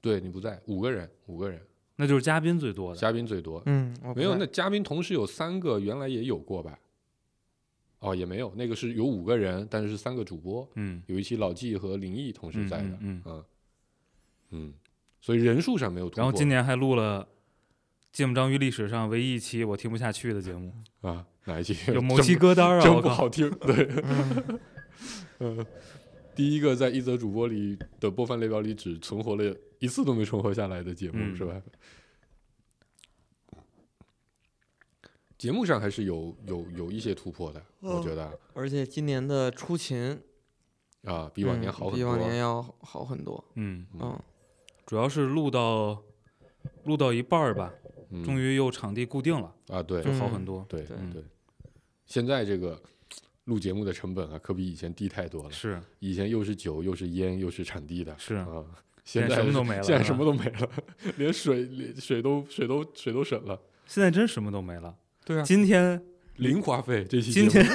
S4: 对你不在，五个人，五个人，
S3: 那就是嘉宾最多的，
S4: 嘉宾最多，
S2: 嗯，我不
S4: 没有，
S2: 在
S4: 那嘉宾同时有三个，原来也有过吧？哦，也没有，那个是有五个人，但是是三个主播，
S3: 嗯
S4: 有一期老纪和林毅同时
S3: 嗯
S4: 在的，
S3: 嗯嗯
S4: 嗯嗯所以人数上没有突破。
S3: 然后今年还录了。芥末章鱼历史上唯一一期我听不下去的节
S4: <laughs>
S3: 目，
S4: 啊，哪一期 <laughs>
S3: 有某
S4: 真
S3: 期
S4: 不
S3: 歌单啊！
S4: 真
S3: 我
S4: 不
S3: 靠，
S4: 好听。对， <laughs> 嗯，第一个在一则主播里的播放列表里只存活了一次都没存活下来的节目、
S3: 嗯
S4: 是吧？节目上还是有有有一些突破的，
S2: 哦
S4: 我觉得
S2: 而且今年的出勤
S4: 啊，比往年
S2: 嗯
S4: 好很
S2: 比
S4: 多。
S2: 往年要好很多。
S3: 嗯，
S2: 嗯，
S3: 主要是录到录到一半儿吧，
S4: 嗯
S3: 终于又场地固定了，
S4: 啊，对
S3: 就好
S2: 嗯
S3: 很多。
S4: 对
S2: 对
S4: 对，现在这个录节目的成本啊，可比以前低太多了。
S3: 是
S4: 以前又是酒又是烟又是产地的，
S3: 是
S4: 啊，
S3: 现在
S4: 现在
S3: 什么都没了
S4: 现在
S3: 是
S4: 什
S3: 吧
S4: 么都没了，连水连水都水都水都省了。
S3: 现在真什么都没了。
S4: 对啊
S3: 今天
S4: 零花费这期节
S3: 今
S4: 目
S3: 天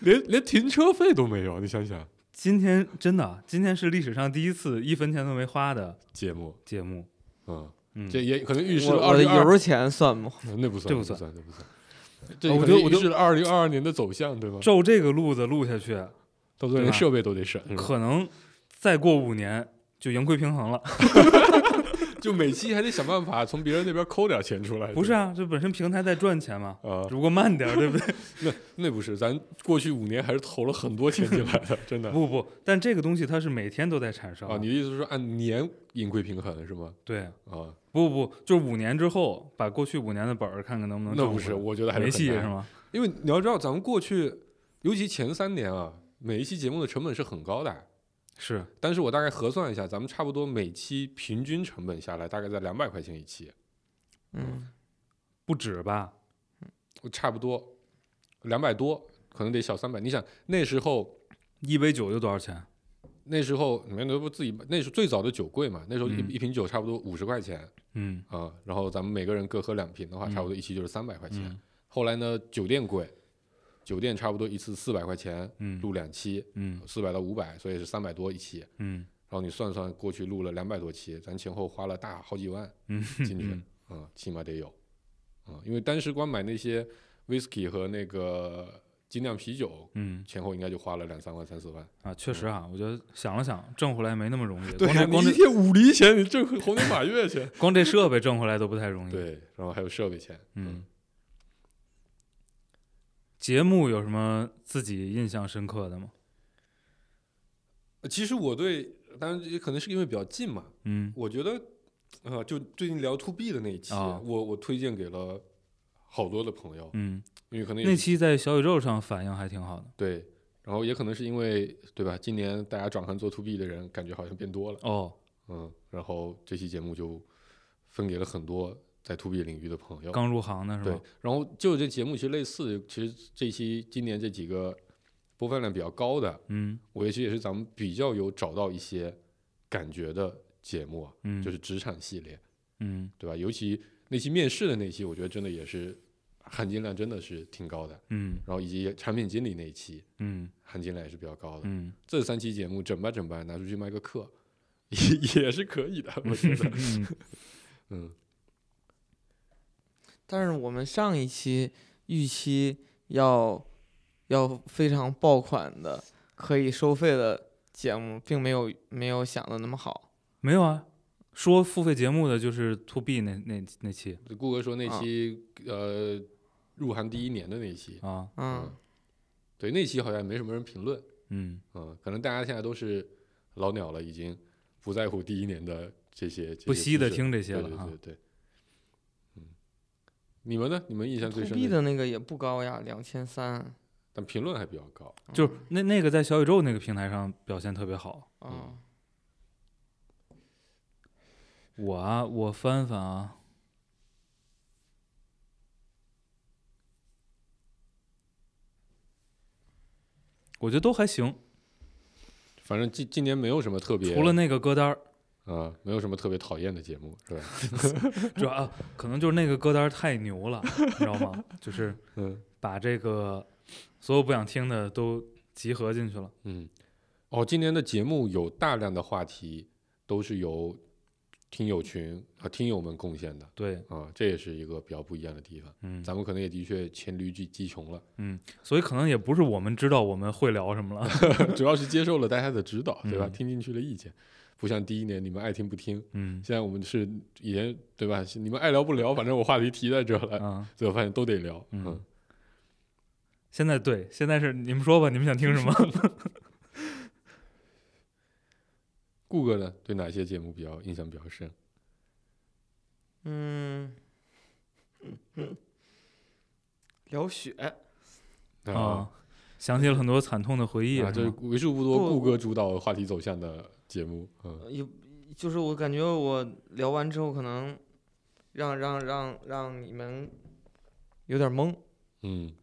S4: 连连停车费都没有，你想想
S3: 今天真的，啊今天是历史上第一次一分钱都没花的
S4: 节目，
S3: 节目。
S4: 嗯，
S3: 嗯，
S4: 这也可能预示
S2: 我
S4: 了
S2: 我
S4: 二
S2: 的
S4: 零二，
S2: 油钱算吗？
S4: 那不
S3: 这
S4: 算，那
S3: 不
S4: 不
S3: 算哦
S4: 算，那不算。这
S3: 我
S4: 可
S3: 觉得
S4: 能
S3: 我
S4: 预
S3: 就
S4: 示了二零二二年的走向，对吧？
S3: 照这个路子录下去，
S4: 到最后
S3: 对
S4: 连
S3: 吧
S4: 设备都得省，是吧
S3: 可能再过五年就盈亏平衡了。
S4: 就每期还得想办法从别人那边抠点钱出来。
S3: 不是啊，这本身平台在赚钱嘛，
S4: 啊，
S3: 只不过慢点儿，对不 <laughs> 对？
S4: 那不是，咱过去五年还是投了很多钱进来的，
S3: <laughs>
S4: 真的。
S3: 不不，但这个东西它是每天都在产生的。
S4: 啊，你的意思是说按年盈亏平衡是吗？
S3: 对，
S4: 啊，
S3: 不不，就是五年之后把过去五年的本儿看看能不能
S4: 那
S3: 挣
S4: 不
S3: 回
S4: 是，
S3: 来
S4: 我觉得还是
S3: 没
S4: 很
S3: 戏
S4: 难
S3: 是？吗？
S4: 因为你要知道，咱们过去，尤其前三年啊，每一期节目的成本是很高的。
S3: 是，
S4: 但是我大概核算一下，咱们差不多每期平均成本下来大概在两百块钱一期，
S2: 嗯，
S3: 不止吧？
S4: 差不多两百多，可能得小三百。你想那时候，
S3: 一杯酒就多少钱？
S4: 那时候你们都不自己，那时候最早的酒柜嘛，那时候一、
S3: 嗯
S4: 一瓶酒差不多五十块钱
S3: 嗯
S4: 啊、然后咱们每个人各喝两瓶的话，
S3: 嗯
S4: 差不多一期就是三百块钱。
S3: 嗯
S4: 后来呢，酒店贵，酒店差不多一次四百块钱
S3: 嗯
S4: 录两期，
S3: 嗯
S4: 四百到五百，所以是三百多一期。
S3: 嗯
S4: 然后你算算，过去录了两百多期，咱前后花了大好几万
S3: 嗯，
S4: 进去，啊嗯，起码得有，嗯，因为当时光买那些 whisky 和那个精酿啤酒
S3: 嗯
S4: 前后应该就花了两三万、三四万。
S3: 啊，确实啊，我觉得想了想，挣回来没那么容易，
S4: 嗯 <laughs> 对
S3: 光这
S4: 呀，
S3: 光
S4: 你一
S3: 这
S4: 天五厘钱，你挣红牛马
S3: <laughs>
S4: 月去。
S3: 光这设备挣回来都不太容易。，
S4: 对，然后还有设备钱，
S3: 嗯，。节目有什么自己印象深刻的吗？
S4: 呃其实我对，当然也可能是因为比较近嘛，
S3: 嗯
S4: 我觉得，啊、就最近聊 to B 的那一期，
S3: 啊
S4: 我我推荐给了好多的朋友，
S3: 嗯，
S4: 因为可能也
S3: 那期在小宇宙上反应还挺好的。
S4: 对，然后也可能是因为对吧，今年大家转行做 to B 的人感觉好像变多了，
S3: 哦，
S4: 嗯，然后这期节目就分给了很多在 to B 领域的朋友，
S3: 刚入行的是
S4: 对
S3: 吧？，
S4: 然后就这节目其实类似，其实这期今年这几个播放量比较高的，
S3: 嗯
S4: 我也其实也是咱们比较有找到一些感觉的节目啊，
S3: 嗯，
S4: 就是职场系列。
S3: 嗯
S4: 对吧？尤其那期面试的那期，我觉得真的也是含金量真的是挺高的。
S3: 嗯
S4: 然后以及产品经理那一期
S3: 嗯
S4: 含金量也是比较高的。
S3: 嗯
S4: 这三期节目整吧整吧拿出去卖个课，也也是可以的，我觉得。
S3: 嗯
S4: <laughs> 嗯，
S2: 但是我们上一期预期要要非常爆款的可以收费的节目，并没有没有想的那么好。
S3: 没有啊。说付费节目的就是 To B 那那那期
S4: 顾哥说那期、呃入行第一年的那一期，
S3: 啊，
S2: 嗯，
S4: 对那期好像也没什么人评论，
S3: 嗯
S4: 嗯，可能大家现在都是老鸟了，已经不在乎第一年的这些
S3: 不惜的
S4: 听。
S3: 听这些
S4: 对
S3: 了啊
S4: 对对。对，嗯，你们呢？你们印象
S2: to
S4: 最深
S2: B 的那个也不高呀，两千三。
S4: 但评论还比较高。
S3: 就是那那个在小宇宙那个平台上表现特别好。
S4: 嗯
S2: 啊，
S3: 我啊，我翻翻啊，我觉得都还行，
S4: 反正今今年没有什么特别，
S3: 除了那个歌单儿，
S4: 啊、没有什么特别讨厌的节目，是吧？ <laughs>
S3: 主要、啊、可能就是那个歌单儿太牛了，你知道吗？就是
S4: <laughs> 嗯
S3: 把这个所有不想听的都集合进去了。
S4: 嗯，哦，今年的节目有大量的话题都是由听友群和听友们贡献的
S3: 对，
S4: 啊、这也是一个比较不一样的地方。
S3: 嗯，
S4: 咱们可能也的确黔驴技技穷了，
S3: 所以可能也不是我们知道我们会聊什么了。 <laughs>
S4: 主要是接受了大家的指导，对吧？
S3: 嗯
S4: 听进去了意见，不像第一年你们爱听不听，
S3: 嗯
S4: <laughs> 现在我们是以前对吧？是你们爱聊不聊，反正我话题提在这儿了，
S3: 啊，
S4: 最后发现都得聊。
S3: 嗯
S4: 嗯，
S3: 现在对，现在是你们说吧，你们想听什么？
S4: 顾哥呢，对哪些节目比较印象比较深？
S2: 嗯，聊呃雪
S3: <laughs> 啊，想起了很多惨痛的回忆
S4: 啊，这
S3: 是
S4: 是
S3: 吗
S4: 为数不多
S2: 不
S4: 顾哥主导话题走向的节目。嗯，
S2: 也就是我感觉我聊完之后可能让让让让你们有点懵，
S4: 嗯，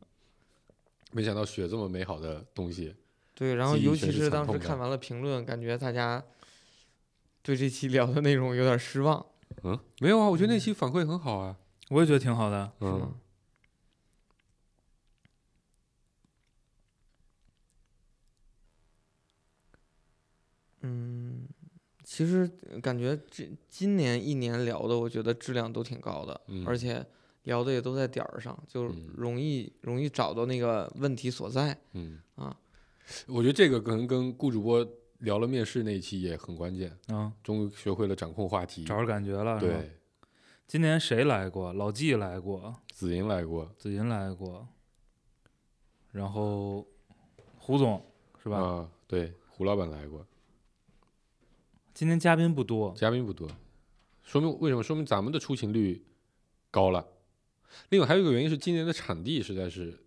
S4: 没想到雪这么美好的东西，
S2: 对，然后
S4: 记忆
S2: 尤
S4: 全
S2: 其
S4: 是
S2: 是
S4: 惨
S2: 当时
S4: 痛的
S2: 看完了评论，感觉大家对这期聊的内容有点失望，
S4: 嗯，没有啊，我觉得那期反馈很好啊。
S3: 我也觉得挺好的。
S2: 是
S4: 嗯
S2: 吗，？嗯，其实感觉这今年一年聊的，我觉得质量都挺高的，
S4: 嗯
S2: 而且聊的也都在点儿上，就
S4: 嗯
S2: 容易、容易找到那个问题所在。
S4: 嗯
S2: 啊，
S4: 我觉得这个可能跟顾主播聊了面试那一期也很关键，
S3: 嗯，
S4: 终于学会了掌控话题。
S3: 找着感觉了。是吧，
S4: 对，
S3: 今年谁来过？老纪来过，
S4: 子莹来过
S3: 子银来过，然后胡总是吧？
S4: 啊，对，胡老板来过。
S3: 今年嘉宾不多。
S4: 嘉宾不多，说明为什么？说明咱们的出勤率高了。另外还有一个原因是今年的产地实在是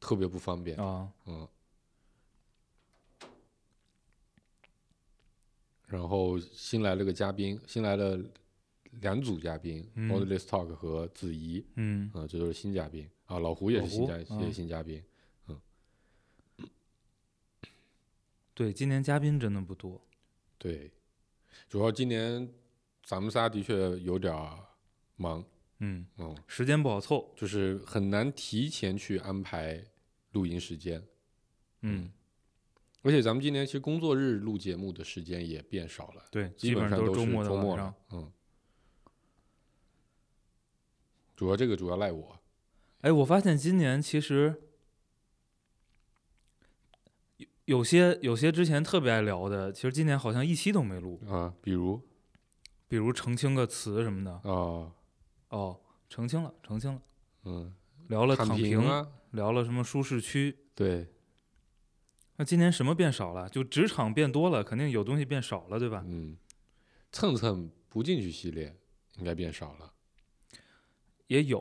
S4: 特别不方便，
S3: 啊，
S4: 嗯。然后新来了个嘉宾，新来了两组嘉宾
S3: 嗯
S4: o l d l i s t Talk 和子怡，
S3: 嗯，
S4: 啊、这都是新嘉宾啊，老胡也
S3: 老
S4: 是新
S3: 胡
S4: 嘉也
S3: 啊
S4: 是新嘉宾，
S3: 对，今年嘉宾真的不多。
S4: 对，主要今年咱们仨的确有点儿忙，
S3: 嗯，
S4: 嗯，
S3: 时间不好凑。
S4: 就是很难提前去安排录音时间，
S3: 嗯，
S4: 而且咱们今年其实工作日录节目的时间也变少了，
S3: 对，
S4: 基
S3: 基本
S4: 本
S3: 上
S4: 上
S3: 是
S4: 是周
S3: 周末的晚
S4: 了
S3: 上。，
S4: 嗯。主要这个主要赖我，
S3: 哎，我发现今年其实有些有些之前特别爱聊的，其实今年好像一期都没录，
S4: 啊，比如
S3: 比如澄清个词什么的。
S4: 啊，
S3: 哦，澄清了，澄清了，
S4: 嗯，
S3: 聊了躺
S4: 平啊，
S3: 聊了什么舒适区。
S4: 对，
S3: 那今年什么变少了？就职场变多了，肯定有东西变少了，对吧？
S4: 嗯，蹭蹭不进去系列应该变少了，
S3: 也有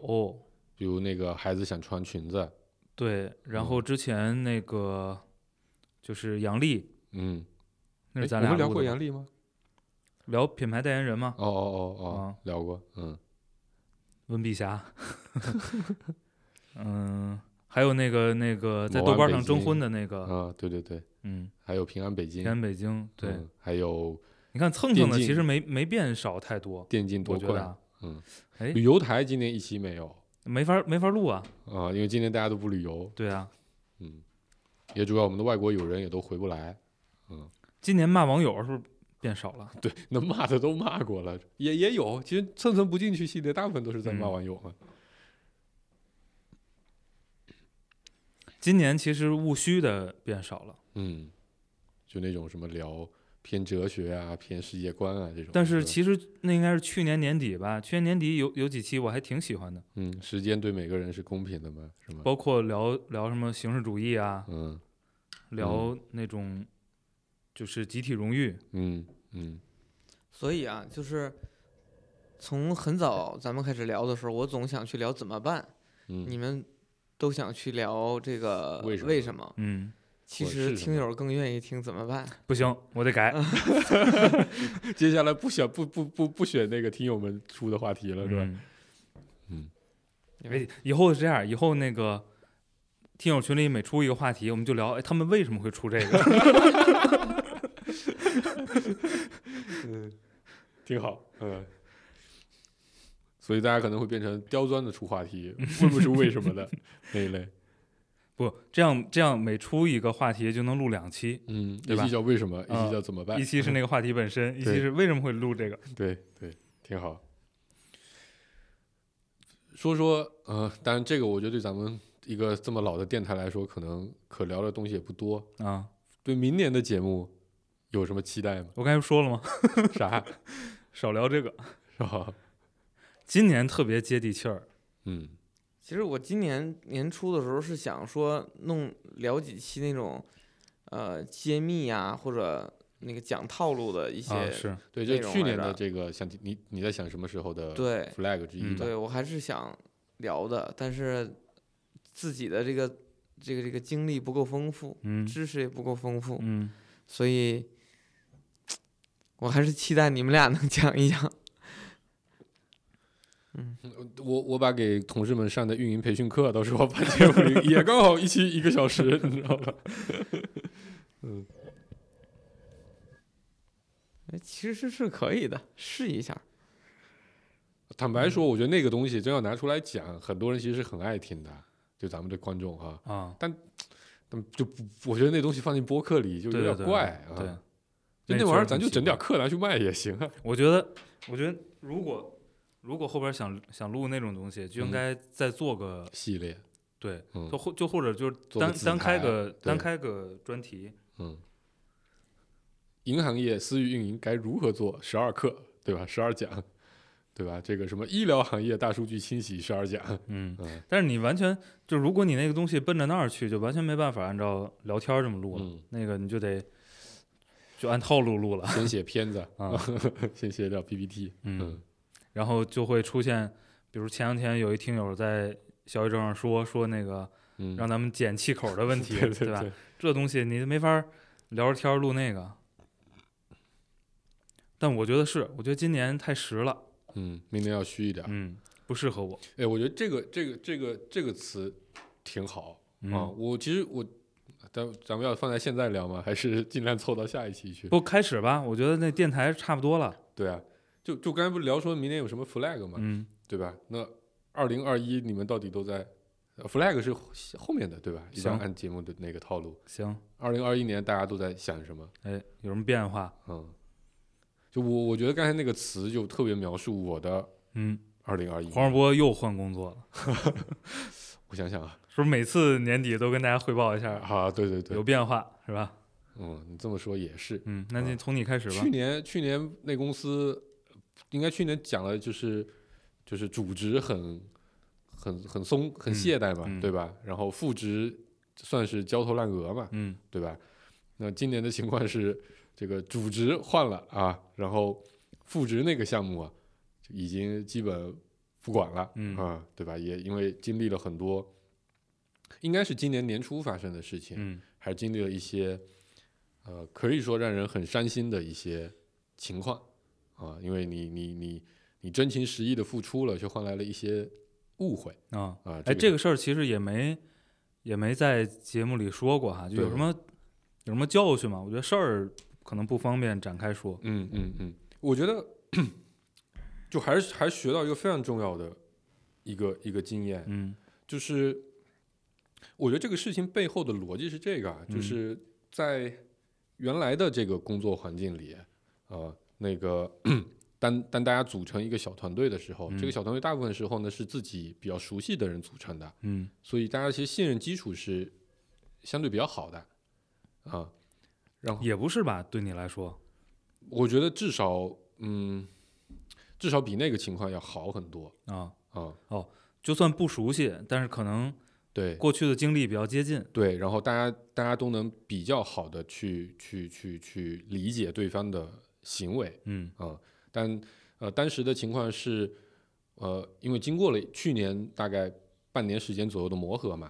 S4: 比如那个孩子想穿裙子，
S3: 对，然
S4: 嗯
S3: 后之前那个就是杨笠，
S4: 嗯，
S3: 那
S4: 诶
S3: 是咱
S4: 我
S3: 俩
S4: 们聊
S3: 录
S4: 过
S3: 的
S4: 杨笠吗？
S3: 聊品牌代言人嘛，
S4: 哦哦哦
S3: 啊
S4: 哦，聊过，嗯，
S3: 温碧霞， <laughs> 嗯，还有那个那个在
S4: 某
S3: 豆
S4: 安
S3: 瓣
S4: 北
S3: 上征婚
S4: 京
S3: 的那个，
S4: 啊，对对对，
S3: 嗯，
S4: 还有平安北京，
S3: 天北京，对，
S4: 嗯，还有
S3: 你看蹭蹭
S4: 电
S3: 的其
S4: 竞
S3: 实没没变少太多，
S4: 电竞
S3: 我
S4: 夺
S3: 觉得
S4: 冠，
S3: 啊
S4: 嗯，
S3: 哎
S4: 旅游台今年一期没有
S3: 没法没法录啊，
S4: 啊，因为今年大家都不旅游，
S3: 对啊，
S4: 嗯，也主要我们的外国友人也都回不来， <laughs>
S3: 今年骂网友是不是变少了？
S4: 对，能骂的都骂过了，也也有，其实蹭蹭不进去系列大部分都是在骂
S3: 嗯
S4: 网友嘛，
S3: 今年其实务虚的变少了，
S4: 嗯，就那种什么聊偏哲学啊、偏世界观啊这种。
S3: 但是
S4: 吧
S3: 其实那应该是去年年底吧，去年年底有有几期我还挺喜欢的，
S4: 嗯，时间对每个人是公平的嘛，是吗？
S3: 包括聊聊什么形式主义啊，
S4: 嗯
S3: 聊那种就是集体荣誉，
S4: 嗯嗯
S2: 所以啊，就是从很早咱们开始聊的时候，我总想去聊怎么办，
S4: 嗯，
S2: 你们都想去聊这个
S4: 为什么
S2: 么
S3: 嗯，
S2: 其
S4: 我是
S2: 实
S4: 什
S2: 听
S4: 么
S2: 友更愿意听怎么办？
S3: 不行，我得改，
S4: <laughs> 接下来不选不不不不选那个听友们出的话题了，是吧？
S3: 嗯
S4: 嗯，
S3: 哎，以后是这样，以后那个听友群里每出一个话题，我们就聊，哎，他们为什么会出这个？ <laughs>
S4: 挺好，嗯。所以大家可能会变成刁钻的出话
S3: <laughs>
S4: 题，问不出为什么的那一类。
S3: 不，这样这样每出一个话题就能录两期，
S4: 嗯，
S3: 对
S4: 一
S3: 吧
S4: 期叫为什么，一
S3: 啊
S4: 期叫怎么办
S3: 一，期是那个话题本身，一期
S4: 对
S3: 是为什么会录这个。
S4: 对对，挺好。说说，呃，当然这个我觉得对咱们一个这么老的电台来说，可能可聊的东西也不多。
S3: 啊，？
S4: 对明年的节目有什么期待吗
S3: 我刚才说了吗？ <laughs>
S4: 啥？ <laughs>
S3: 少聊这个。
S4: 是吧？
S3: 今年特别接地气儿，
S4: 嗯
S2: 其实我今年年初的时候是想说弄聊几期那种，呃，揭秘啊或者那个讲套路的一些，
S3: 啊，是，
S4: 对，就
S2: 内容
S4: 去
S2: 来
S4: 年的
S2: 着
S4: 这个想你你在想什么时候的
S2: 对
S4: flag 之一
S3: 嗯
S4: 吧？
S2: 对我还是想聊的，但是自己的这个这个这个经历不够丰富，
S3: 嗯
S2: 知识也不够丰富，
S3: 嗯，
S2: 所以我还是期待你们俩能讲一讲。 <laughs>
S3: 嗯
S4: 我我把给同事们上的运营培训课，到时候把节目里也刚好一期一个小时，你知道吧？ <laughs>
S2: 哎其实是可以的，试一下。 <laughs>
S4: 坦
S3: 嗯
S4: 白说，我觉得那个东西真要拿出来讲，很多人其实是很爱听的，就咱们的观众啊，
S3: 啊，
S4: 但就不，我觉得那东西放进播客里就有
S3: 对对
S4: 点
S3: 对
S4: 怪啊。
S3: 对，
S4: 就
S3: 那
S4: 那
S3: 确
S4: 玩意
S3: 实
S4: 儿，咱
S3: 很
S4: 就
S3: 奇
S4: 整点
S3: 怪
S4: 课拿去卖也行啊。
S3: 我觉得，我觉得如果如果后边想想录那种东西，就应
S4: 嗯
S3: 该再做个、
S4: 系列，
S3: 对，
S4: 嗯
S3: 就或就或者就是
S4: 做个
S3: 单
S4: 子
S3: 单开
S4: 台
S3: 个单
S4: 对
S3: 开个专题，
S4: 嗯，银行业私域运营该如何做十二课，对吧？十二讲，对吧？这个什么医疗行业大数据清洗十二讲，
S3: 嗯
S4: 嗯
S3: 但是你完全就如果你那个东西奔着那儿去，就完全没办法按照聊天儿这么录了，
S4: 嗯，
S3: 那个你就得就按套路录了
S4: 先写片子，
S3: 啊，
S4: 先写点 PPT，嗯，
S3: 然后就会出现，比如前两天有一听友在小宇宙上说说那个
S4: 嗯，
S3: 让咱们减气口的
S4: <laughs>
S3: 问题，
S4: 对对
S3: 吧？这东西你没法儿聊着天儿录那个。但我觉得是，我觉得今年太实了，
S4: 嗯，明年要虚一点。
S3: 嗯，不适合我。
S4: 哎，我觉得这个这个这个这个词挺好
S3: 嗯，
S4: 啊。我其实我，咱咱们要放在现在聊吗？还是 <laughs> 尽量凑到下一期去？
S3: 不开始吧，我觉得那电台差不多了。
S4: 对啊，就就刚才不是聊说明年有什么 flag 吗？
S3: 嗯，
S4: 对吧？那二零二一你们到底都在呃？flag 是后后面的对吧？一
S3: 行
S4: 般按节目的那个套路。
S3: 行，
S4: 二零二一年大家都在想什么？
S3: 哎，有什么变化？
S4: 嗯，就我我觉得刚才那个词就特别描述我的
S3: 嗯，
S4: 二零二一。
S3: 黄世波又换工作了，
S4: 我想想啊，
S3: 是不是每次年底都跟大家汇报一下
S4: 啊，对对对
S3: 有，变化是吧？
S4: 嗯，你这么说也是。
S3: 嗯，那就从你开始吧
S4: 去。年去年那公司应该去年讲了，就是就是主职很很很松很懈怠嘛，
S3: 嗯
S4: 对吧？然后副职算是焦头烂额嘛，
S3: 嗯
S4: 对吧？那今年的情况是，这个主职换了啊，然后副职那个项目啊，就已经基本不管了，
S3: 嗯
S4: 啊，对吧？也因为经历了很多，应该是今年年初发生的事情，
S3: 嗯
S4: 还经历了一些，呃，可以说让人很伤心的一些情况啊，因为你你你你真情实意的付出了，却换来了一些误会
S3: 啊，
S4: 啊。
S3: 哎，这
S4: 个
S3: 个事儿其实也没也没在节目里说过哈，就有
S4: 对
S3: 什么有什么教训吗？我觉得事儿可能不方便展开说。
S4: 嗯嗯嗯，我觉得 <coughs> 就还是还学到一个非常重要的一个一个经验，
S3: 嗯
S4: 就是我觉得这个事情背后的逻辑是这个啊，就
S3: 嗯
S4: 是在原来的这个工作环境里，呃，那个当当大家组成一个小团队的时候，这
S3: 嗯
S4: 个小团队大部分时候呢是自己比较熟悉的人组成的，
S3: 嗯
S4: 所以大家其实信任基础是相对比较好的啊、然后
S3: 也不是吧？对你来说，
S4: 我觉得至少嗯，至少比那个情况要好很多
S3: 啊，
S4: 啊、
S3: 就算不熟悉，但是可能
S4: 对，
S3: 过去的经历比较接近。
S4: 对，然后大家大家都能比较好的去去去去理解对方的行为
S3: 嗯
S4: 啊、但呃当时的情况是，呃，因为经过了去年大概半年时间左右的磨合嘛，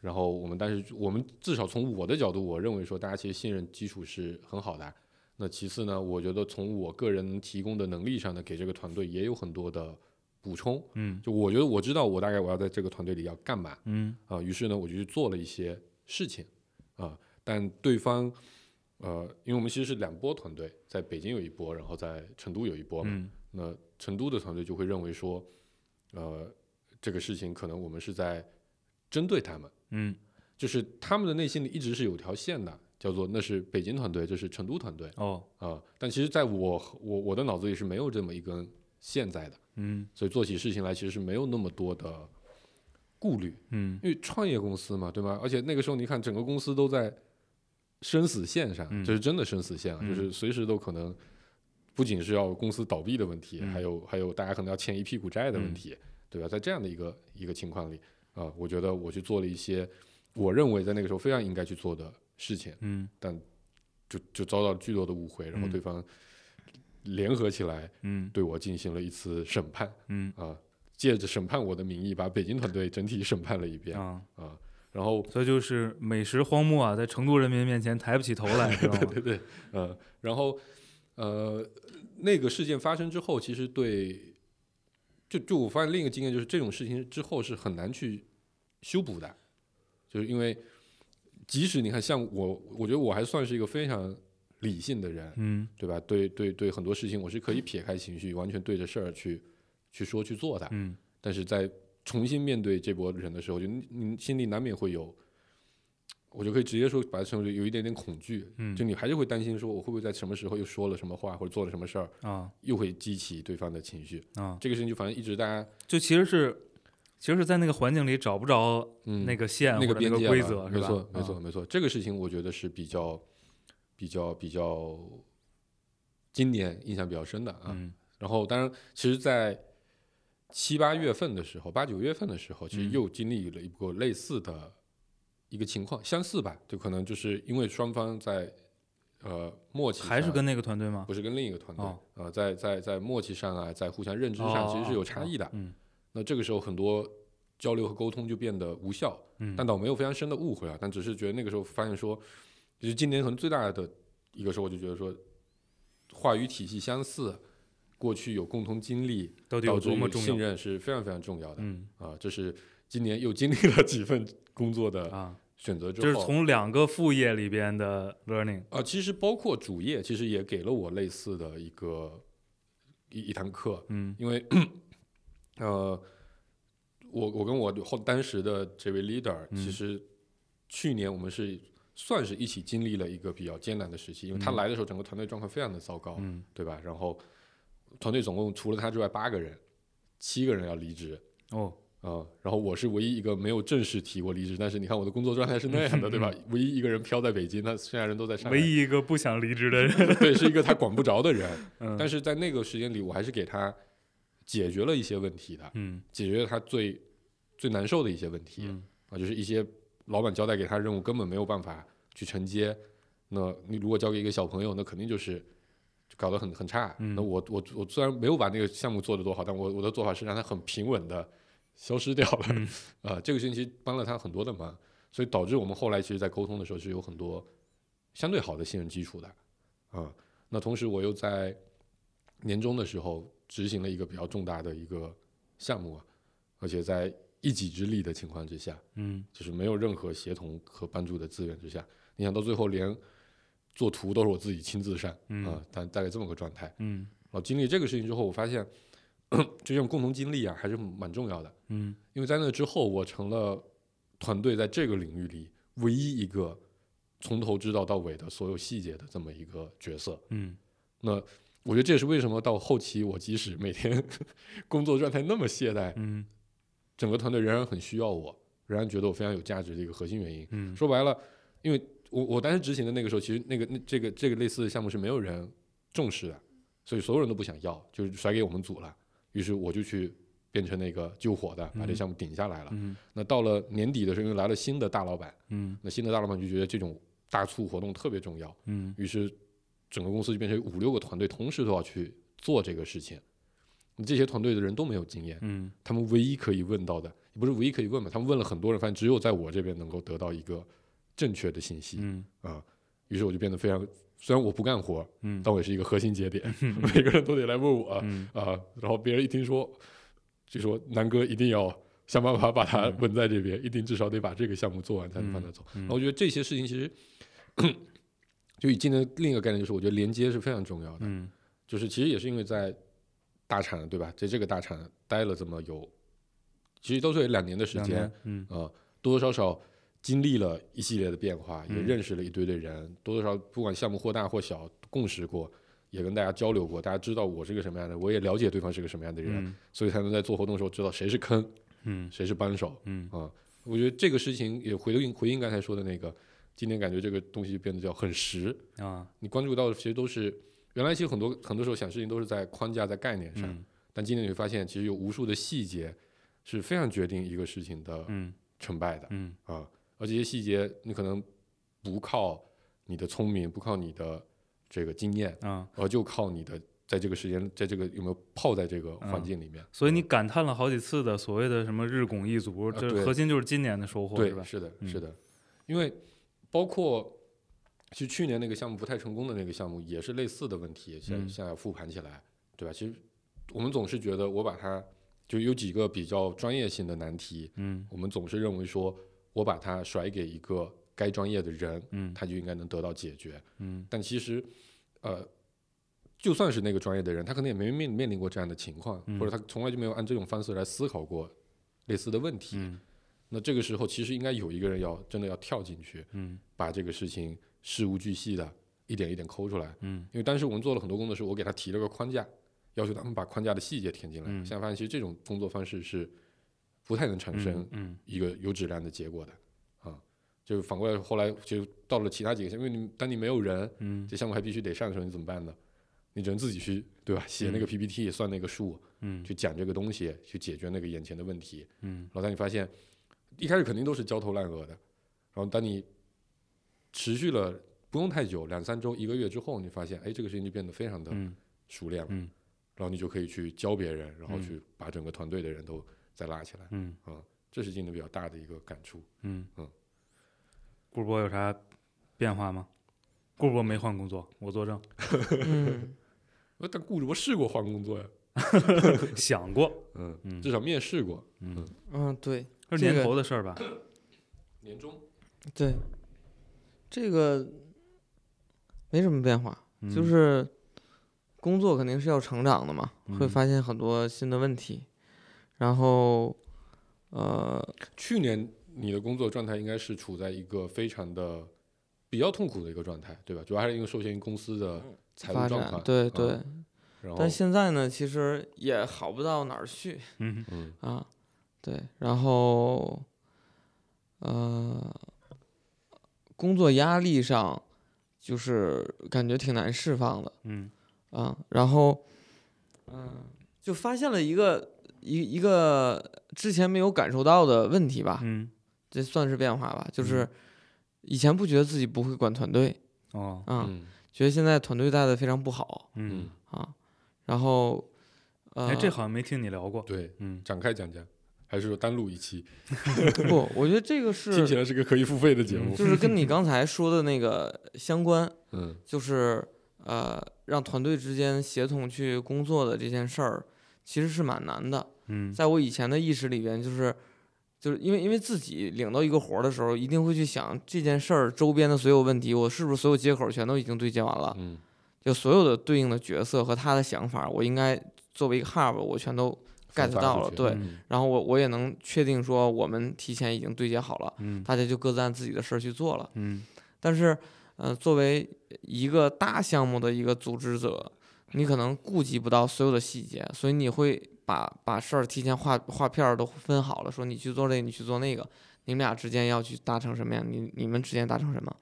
S4: 然后我们当时我们至少从我的角度，我认为说大家其实信任基础是很好的。那其次呢，我觉得从我个人提供的能力上呢，给这个团队也有很多的补充。
S3: 嗯
S4: 就我觉得我知道我大概我要在这个团队里要干嘛，
S3: 嗯
S4: 啊，于是呢，我就去做了一些事情啊，但对方，呃，因为我们其实是两波团队，在北京有一波，然后在成都有一波嘛。
S3: 嗯
S4: 那成都的团队就会认为说，呃，这个事情可能我们是在针对他们，
S3: 嗯
S4: 就是他们的内心里一直是有条线的，叫做那是北京团队，这是成都团队
S3: 哦
S4: 啊。但其实在我和我我的脑子里是没有这么一根线在的，
S3: 嗯
S4: 所以做起事情来其实是没有那么多的顾虑。
S3: 嗯
S4: 因为创业公司嘛，对吧？而且那个时候你看，整个公司都在生死线上，
S3: 嗯
S4: 这是真的生死线啊，
S3: 嗯
S4: 就是随时都可能，不仅是要公司倒闭的问题，
S3: 嗯
S4: 还有还有大家可能要欠一屁股债的问题，对吧？在这样的一个一个情况里，啊、我觉得我去做了一些我认为在那个时候非常应该去做的事情，
S3: 嗯
S4: 就就遭到巨多的误会，然后
S3: 嗯
S4: 对方联合起来
S3: 嗯
S4: 对我进行了一次审判
S3: 嗯
S4: 啊、借着审判我的名义，把北京团队整体审判了一遍啊、
S3: 啊，
S4: 然后。
S3: 所以就是美食荒漠啊，在成都人民面前抬不起头
S4: <laughs>
S3: 来，知道吗？
S4: 对对，呃，然后呃，那个事件发生之后，其实对，就就我发现另一个经验就是这种事情之后是很难去修补的，就是因为即使你看像我，我觉得我还算是一个非常理性的人，
S3: 嗯
S4: 对吧？对对对，很多事情我是可以撇开情绪，完全对着事儿去去说去做的，
S3: 嗯
S4: 但是在重新面对这波人的时候，就你你心里难免会有。我就可以直接说，把它称为有一点点恐惧，
S3: 嗯
S4: 就你还是会担心说我会不会在什么时候又说了什么话或者做了什么事儿，
S3: 啊
S4: 又会激起对方的情绪。
S3: 啊，
S4: 这个事情就反正一直大家
S3: 就其实是其实是在那个环境里找不着
S4: 嗯
S3: 那个线
S4: 那
S3: 或者
S4: 边
S3: 那
S4: 界
S3: 个规
S4: 吧
S3: 则，
S4: 没
S3: 是吧？
S4: 错没
S3: 啊
S4: 错。没错。这个事情我觉得是比较比较比较今年印象比较深的啊。
S3: 嗯
S4: 然后当然，其实，在七八月份的时候，八九月份的时候，其实
S3: 嗯
S4: 又经历了一波类似的一个情况，相似吧，就可能就是因为双方在呃默契
S3: 还是
S4: 上
S3: 跟那个团队吗？
S4: 不是跟另一个团队，
S3: 啊哦
S4: 呃，在在在默契上啊，在互相认知上
S3: 哦
S4: 其实是
S3: 哦
S4: 有差异的。
S3: 嗯
S4: 那这个时候很多交流和沟通就变得无效，
S3: 嗯，
S4: 但倒没有非常深的误会啊，但只是觉得那个时候发现说，就是今年可能最大的一个时候，我就觉得说，话语体系相似，过去有共同经历，
S3: 到底
S4: 导
S3: 有
S4: 致
S3: 多么
S4: 于
S3: 重
S4: 信
S3: 要？
S4: 任是非常非常重要的啊、
S3: 嗯
S4: 这是今年又经历了几份工作的
S3: 啊，
S4: 选择之
S3: 这
S4: 后，
S3: 是从两个副业里边的 learning。
S4: 啊，其实包括主业，其实也给了我类似的一个一一堂课，
S3: 嗯
S4: 因为呃，我我跟我后当时的这位 leader，、其
S3: 嗯
S4: 实去年我们是算是一起经历了一个比较艰难的时期，因为他
S3: 嗯
S4: 来的时候整个团队状况非常的糟糕，
S3: 嗯
S4: 对吧？然后团队总共除了他之外八个人，七个人要离职，
S3: 哦
S4: 啊、然后我是唯一一个没有正式提过离职，但是你看我的工作状态是那样的，对吧？唯一一个人飘在北京，那剩下人都在上海，
S3: 嗯唯一一个不想离职的
S4: <laughs>
S3: 人。
S4: 对，是一个他管不着的人。
S3: 嗯
S4: 但是在那个时间里，我还是给他解决了一些问题的，
S3: 嗯
S4: 解决了他最最难受的一些问题、
S3: 嗯
S4: 啊，就是一些老板交代给他任务根本没有办法去承接。那你如果交给一个小朋友，那肯定就是就搞得很很差。
S3: 嗯
S4: 那我我我虽然没有把那个项目做得多好，但我我的做法是让他很平稳的消失掉了。 <laughs>
S3: 嗯
S4: 呃，这个星期帮了他很多的忙，所以导致我们后来其实，在沟通的时候是有很多相对好的信任基础的。嗯，那同时我又在年终的时候执行了一个比较重大的一个项目啊，而且在一己之力的情况之下，
S3: 嗯
S4: 就是没有任何协同和帮助的资源之下，你想到最后连做图都是我自己亲自上啊、
S3: 嗯
S4: 但大概这么个状态。
S3: 嗯
S4: 然后经历这个事情之后，我发现 <coughs> 就这种共同经历啊，还是蛮重要的。
S3: 嗯
S4: 因为在那之后，我成了团队在这个领域里唯一一个从头知道到尾的所有细节的这么一个角色。
S3: 嗯
S4: 那我觉得这也是为什么到后期，我即使每天 <laughs> 工作状态那么懈怠，
S3: 嗯
S4: 整个团队仍然很需要我，仍然觉得我非常有价值的一个核心原因。
S3: 嗯
S4: 说白了，因为我我当时执行的那个时候，其实那个那这个这个类似的项目是没有人重视的，所以所有人都不想要，就是甩给我们组了。于是我就去变成那个救火的，把这
S3: 嗯
S4: 项目顶下来了。
S3: 嗯
S4: 那到了年底的时候，因为来了新的大老板，
S3: 嗯
S4: 那新的大老板就觉得这种大促活动特别重要，
S3: 嗯
S4: 于是整个公司就变成五六个团队同时都要去做这个事情。那这些团队的人都没有经验，
S3: 嗯
S4: 他们唯一可以问到的，也不是唯一可以问吧，他们问了很多人，发现只有在我这边能够得到一个正确的信息
S3: 嗯
S4: 啊、于是我就变得非常，虽然我不干活，
S3: 嗯
S4: 但我也是一个核心节点， <laughs> 每个人都得来问我啊、
S3: 嗯
S4: 然后别人一听说，就说南哥一定要想办法把它
S3: 嗯
S4: 稳在这边，一定至少得把这个项目做完才能放
S3: 嗯
S4: 他走。
S3: 嗯
S4: 然后我觉得这些事情其实，就以今年另一个概念就是，我觉得连接是非常重要的。
S3: 嗯
S4: 就是其实也是因为在大厂对吧，在这个大厂待了这么有，其实都是有两年的时间，
S3: 嗯
S4: 呃，多多少少经历了一系列的变化，也
S3: 嗯
S4: 认识了一堆的人，多多少少不管项目或大或小，共识过，也跟大家交流过，大家知道我是个什么样的，我也了解对方是个什么样的人，
S3: 嗯
S4: 所以才能在做活动的时候知道谁是坑，
S3: 嗯
S4: 谁是扳手
S3: 嗯
S4: 啊、我觉得这个事情也回应回应刚才说的那个，今天感觉这个东西变得叫很实，
S3: 啊
S4: 你关注到的其实都是原来其实很多很多时候想事情都是在框架在概念上，
S3: 嗯
S4: 但今年你会发现其实有无数的细节是非常决定一个事情的
S3: 嗯
S4: 成败的、
S3: 嗯
S4: 啊，而这些细节你可能不靠你的聪明，不靠你的这个经验，
S3: 啊，
S4: 而就靠你的在这个时间，在这个有没有泡在这个
S3: 嗯
S4: 环境里面。
S3: 所以你感叹了好几次的所谓的什么日拱一卒，
S4: 啊
S3: 这
S4: 对
S3: 核心就是今年的收获
S4: 对
S3: 是，吧？
S4: 是的，
S3: 嗯
S4: 是的，因为包括其实去年那个项目不太成功的那个项目，也是类似的问题，现
S3: 嗯
S4: 现在复盘起来，对吧？其实我们总是觉得我把它就有几个比较专业性的难题，
S3: 嗯
S4: 我们总是认为说我把它甩给一个该专业的人，
S3: 嗯
S4: 他就应该能得到解决。
S3: 嗯
S4: 但其实，呃。就算是那个专业的人，他可能也没面面临过这样的情况，
S3: 嗯
S4: 或者他从来就没有按这种方式来思考过类似的问题。
S3: 嗯
S4: 那这个时候其实应该有一个人要真的要跳进去，
S3: 嗯
S4: 把这个事情事无巨细的一点一点抠出来。
S3: 嗯
S4: 因为当时我们做了很多工作的时候，我给他提了个框架，要求他们把框架的细节填进来。
S3: 嗯
S4: 现在发现其实这种工作方式是不太能产生
S3: 嗯
S4: 一个有质量的结果的啊。就是反过来，后来就到了其他几个项目，因为你当你没有人，
S3: 嗯
S4: 这项目还必须得上的时候，你怎么办呢？你只能自己去，对吧？写那个 PPT，算那个数，
S3: 嗯
S4: 去讲这个东西，去解决那个眼前的问题。
S3: 嗯
S4: 老三，你发现一开始肯定都是焦头烂额的，然后当你持续了不用太久，两三周、一个月之后，你发现哎，这个事情就变得非常的
S3: 嗯
S4: 熟练了，
S3: 嗯
S4: 然后你就可以去教别人，然后
S3: 嗯
S4: 去把整个团队的人都再拉起来，啊
S3: 嗯
S4: 这是今年比较大的一个感触。
S3: 嗯嗯，顾波有啥变化吗？顾波没换工作，我作证，
S2: 嗯，
S4: 呃但雇主我试过换工作呀，
S3: 想过，
S4: 嗯，
S3: 嗯
S4: 至少面试过，
S3: 嗯，
S2: 嗯，对
S3: 这是
S2: 这
S3: 年
S2: 个
S3: 头的事儿吧？
S4: 年终
S2: 对，这个没什么变化，
S3: 嗯
S2: 就是工作肯定是要成长的嘛，会
S3: 嗯
S2: 发现很多新的问题，然后呃，
S4: 去年你的工作状态应该是处在一个非常的比较痛苦的一个状态，对吧？主要还是因为受限于公司的
S2: 嗯
S4: 财
S2: 发
S4: 务状
S2: 展
S4: 况，
S2: 对
S4: 嗯
S2: 对，
S4: 然后
S2: 但现在呢，其实也好不到哪儿去
S3: 嗯
S4: 嗯
S2: 啊，对，然后，呃，工作压力上就是感觉挺难释放的
S1: 嗯
S2: 啊。然后，嗯、就发现了一个一一个之前没有感受到的问题吧，
S1: 嗯
S2: 这算是变化吧。就是以前不觉得自己不会管团队
S1: 哦
S2: 啊，
S4: 嗯
S2: 觉得现在团队带的非常不好
S1: 嗯
S4: 嗯，
S2: 啊。然后，呃，
S3: 哎，这好像没听你聊过。
S4: 对，
S1: 嗯
S4: 展开讲讲，还是说单录一期？
S2: 不，我觉得这个是
S4: 听起来是个可以付费的节目。
S2: 就是跟你刚才说的那个相关，
S4: 嗯
S2: 就是呃，让团队之间协同去工作的这件事儿，其实是蛮难的。
S1: 嗯
S2: 在我以前的意识里边，就是就是因为因为自己领到一个活儿的时候，一定会去想这件事儿周边的所有问题，我是不是所有接口全都已经对接完了？
S4: 嗯
S2: 就所有的对应的角色和他的想法，我应该作为一个 hub，我全都 get
S4: 分发
S2: 到
S4: 出
S2: 了，
S4: 去
S2: 对，
S4: 嗯
S2: 然后我我也能确定说我们提前已经对接好了，
S1: 嗯
S2: 大家就各自按自己的事儿去做了。
S1: 嗯
S2: 但是，呃，作为一个大项目的一个组织者，你可能顾及不到所有的细节，所以你会把把事儿提前画画片儿都分好了，说你去做这，你去做那个，你们俩之间要去达成什么呀？你你们之间达成什么？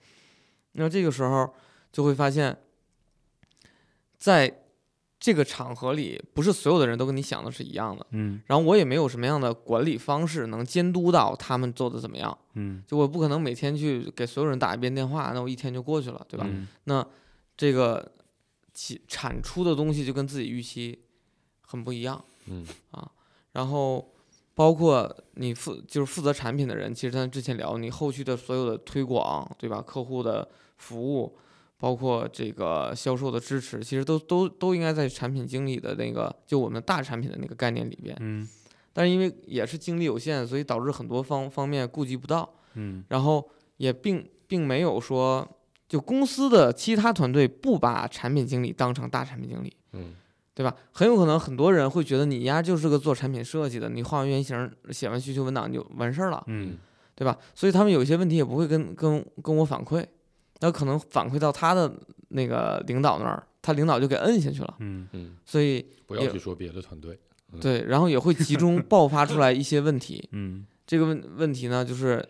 S2: 那这个时候就会发现，在这个场合里，不是所有的人都跟你想的是一样的。
S1: 嗯
S2: 然后我也没有什么样的管理方式能监督到他们做的怎么样。
S1: 嗯
S2: 就我不可能每天去给所有人打一遍电话，那我一天就过去了，对吧？
S1: 嗯
S2: 那这个其产出的东西就跟自己预期很不一样，
S4: 嗯
S2: 啊，然后包括你负就是负责产品的人，其实咱之前聊你后续的所有的推广，对吧？客户的服务，包括这个销售的支持，其实都都都应该在产品经理的那个就我们大产品的那个概念里边，
S1: 嗯
S2: 但是因为也是精力有限，所以导致很多方方面顾及不到。
S1: 嗯
S2: 然后也并并没有说，就公司的其他团队不把产品经理当成大产品经理，
S4: 嗯
S2: 对吧？很有可能很多人会觉得你丫就是个做产品设计的，你画完原型，写完需求文档你就完事儿了，
S1: 嗯
S2: 对吧？所以他们有一些问题也不会跟跟跟我反馈，那可能反馈到他的那个领导那儿，他领导就给摁下去了，
S1: 嗯
S4: 嗯，
S2: 所以
S4: 不要
S2: 也
S4: 去说别的团队。嗯
S2: 对，然后也会集中爆发出来一些问题。
S1: 嗯
S2: 这个问问题呢，就是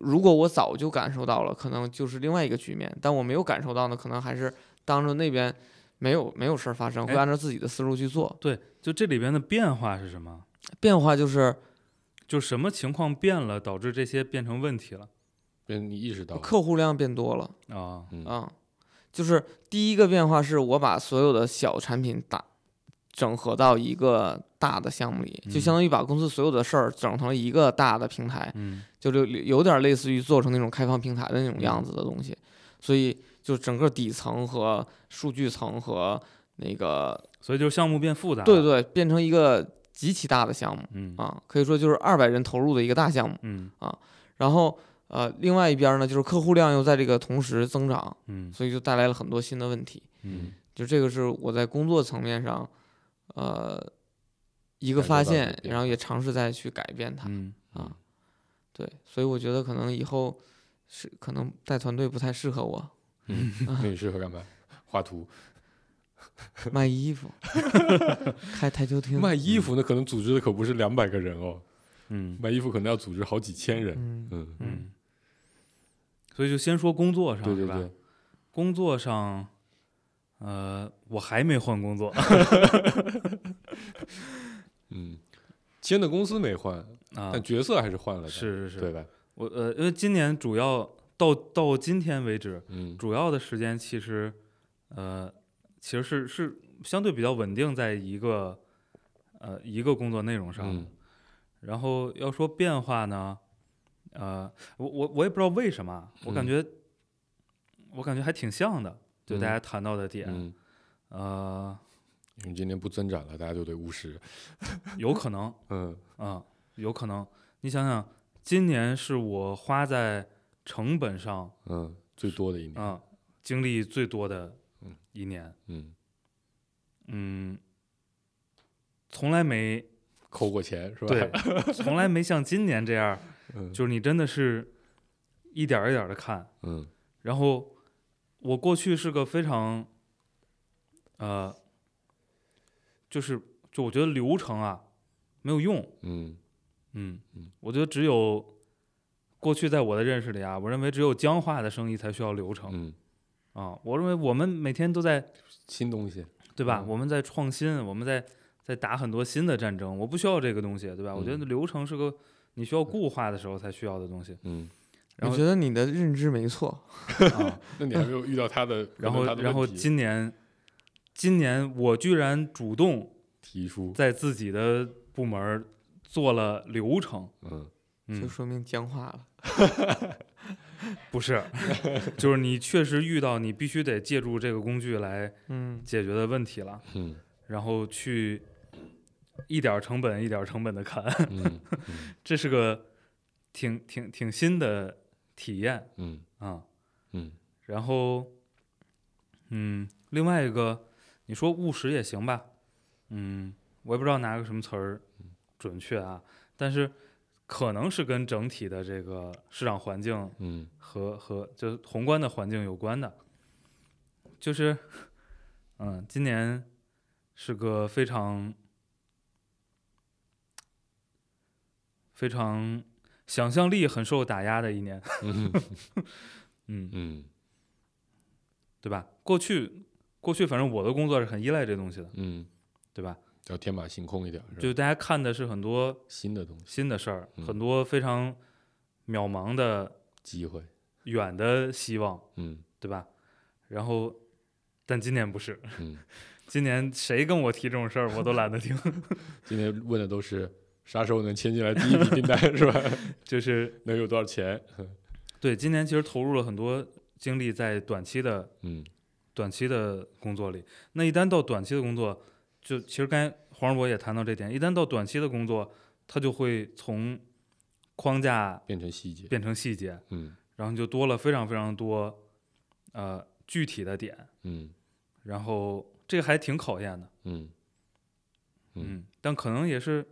S2: 如果我早就感受到了，可能就是另外一个局面；但我没有感受到呢，可能还是当着那边没有没有事儿发生，会
S3: 哎
S2: 按照自己的思路去做。
S3: 对，就这里边的变化是什么？
S2: 变化就是
S3: 就什么情况变了，导致这些变成问题了
S4: 嗯，你意识到了
S2: 客户量变多了
S3: 啊？
S4: 嗯
S2: 啊、就是第一个变化是我把所有的小产品打整合到一个大的项目里，
S4: 嗯
S2: 就相当于把公司所有的事儿整成一个大的平台。
S1: 嗯
S2: 就有有点类似于做成那种开放平台的那种样子的东西，所以就整个底层和数据层和那个
S3: 所以就是项目变复杂了。
S2: 对对，变成一个极其大的项目
S1: 嗯
S2: 啊，可以说就是二百人投入的一个大项目。
S1: 嗯
S2: 然后呃，另外一边呢，就是客户量又在这个同时增长，
S1: 嗯
S2: 所以就带来了很多新的问题。 <laughs>
S1: 嗯
S2: 就这个是我在工作层面上，呃，一个
S4: 感受
S2: 发
S4: 到的
S2: 现，
S4: 变
S2: 然后
S4: 化
S2: 也尝试再去改变它。
S1: 嗯
S2: 啊，对，所以我觉得可能以后是可能带团队不太适合
S3: <laughs>
S2: 我
S4: 嗯，
S2: 啊
S4: 那你适合干嘛？
S2: <laughs>
S4: 画图、
S2: 卖衣
S3: <laughs>
S2: 服、开台球厅。
S4: 卖衣服，那可能组织的可不是两百个人哦，
S1: 嗯
S4: 卖衣服可能要组织好几千人。
S2: 嗯
S4: 嗯，
S2: 嗯
S3: 嗯。所以就先说工作上
S4: 对对
S3: 是吧
S4: 对？，
S3: 工作上，呃，我还没换工作
S4: 嗯，签的公司没换，
S3: 啊
S4: 但，角色还是换了的，
S3: 是是
S4: 对
S3: 是，
S4: 吧？
S3: 我呃，因为今年主要到到今天为止，
S4: 嗯
S3: 主要的时间其实，呃，其实是是相对比较稳定在一个呃一个工作内容上的。
S4: 嗯
S3: 然后要说变化呢，呃，我我我也不知道为什么，我感
S4: 嗯
S3: 觉、我感觉还挺像的，就大
S4: 嗯
S3: 家谈到的点，
S4: 嗯，
S3: 呃，
S4: 因为今年不增长了，大家就得务实。
S3: 有可能
S4: 嗯
S3: 啊、有可能。你想想，今年是我花在成本上
S4: 嗯，最多的一
S3: 啊、
S4: 年。
S3: 精力最多的
S4: 嗯
S3: 一年，
S4: 嗯，
S3: 嗯，从来没
S4: <laughs> 扣过钱是吧？
S3: 对，从来没像今年这样，
S4: 嗯
S3: 就是你真的是一点儿一点的看。
S4: <laughs> 嗯
S3: 然后我过去是个非常，呃，就是就我觉得流程啊没有用，
S4: 嗯嗯
S3: 我觉得只有过去在我的认识里啊，我认为只有僵化的生意才需要流程、
S4: 嗯，
S3: 啊。我认为我们每天都在，
S4: 新东西，
S3: 对吧？
S4: 嗯
S3: 我们在创新，我们在在打很多新的战争。我不需要这个东西，对吧？我觉
S4: 嗯
S3: 得流程是个你需要固化的时候才需要的东
S4: <laughs>
S3: 西。 <laughs>
S4: 嗯，
S2: 我
S3: 然后
S2: 觉得你的认知没错，
S3: 啊，
S4: 那你还没有遇到他的，
S3: <laughs> 然
S4: 可
S3: 后
S4: 能他的
S3: 然后
S4: 问题
S3: 今年今年我居然主动
S4: 提出，
S3: 在自己的部门儿做了流程，
S4: 嗯
S2: 就
S3: 嗯，
S2: 说明僵化了。
S3: 不是，
S4: <laughs>
S3: 就是你确实遇到你必须得借助这个工具来
S2: 嗯，
S3: 解哎决的问题了，
S4: 嗯
S3: 然后去一点儿成本一点儿成本的砍，
S4: 嗯
S3: 这是个挺挺挺新的体验
S4: 嗯
S3: 啊。
S4: 嗯
S3: 然后，嗯，另外一个，你说务实也行吧，嗯，我也不知道拿个什么词儿准确啊，但是可能是跟整体的这个市场环境
S4: 嗯
S3: 和和就是宏观的环境有关的，就是，嗯，今年是个非常非常想象力很受打压的一年，
S4: 嗯
S3: 嗯。
S4: 嗯
S3: 对吧？过去过去，反正我的工作是很依赖这东西的，
S4: 嗯，
S3: 对吧？
S4: 要天马行空一点，是吧
S3: 就大家看的是很多
S4: 新的东西，
S3: 新的事儿，
S4: 嗯
S3: 很多非常渺茫的
S4: 机会，
S3: 远的希望，
S4: 嗯
S3: 对吧？然后，但今年不是，
S4: 嗯，
S3: <laughs> 今年谁跟我提这种事儿，我都懒得听。 <laughs>
S4: 今天问的都是啥时候能签进来第一笔订单，是吧？ <laughs>
S3: 就是
S4: 能有多少钱？ <laughs>
S3: 对，今年其实投入了很多精力在短期的
S4: 嗯
S3: 短期的工作里。那一旦到短期的工作，就其实刚才黄世博也谈到这点，一旦到短期的工作，它就会从框架
S4: 变成细节，
S3: 变成细节，
S4: 嗯
S3: 然后你就多了非常非常多呃具体的点，
S4: 嗯
S3: 然后这个还挺考验的，
S4: 嗯嗯
S3: 嗯，但可能也是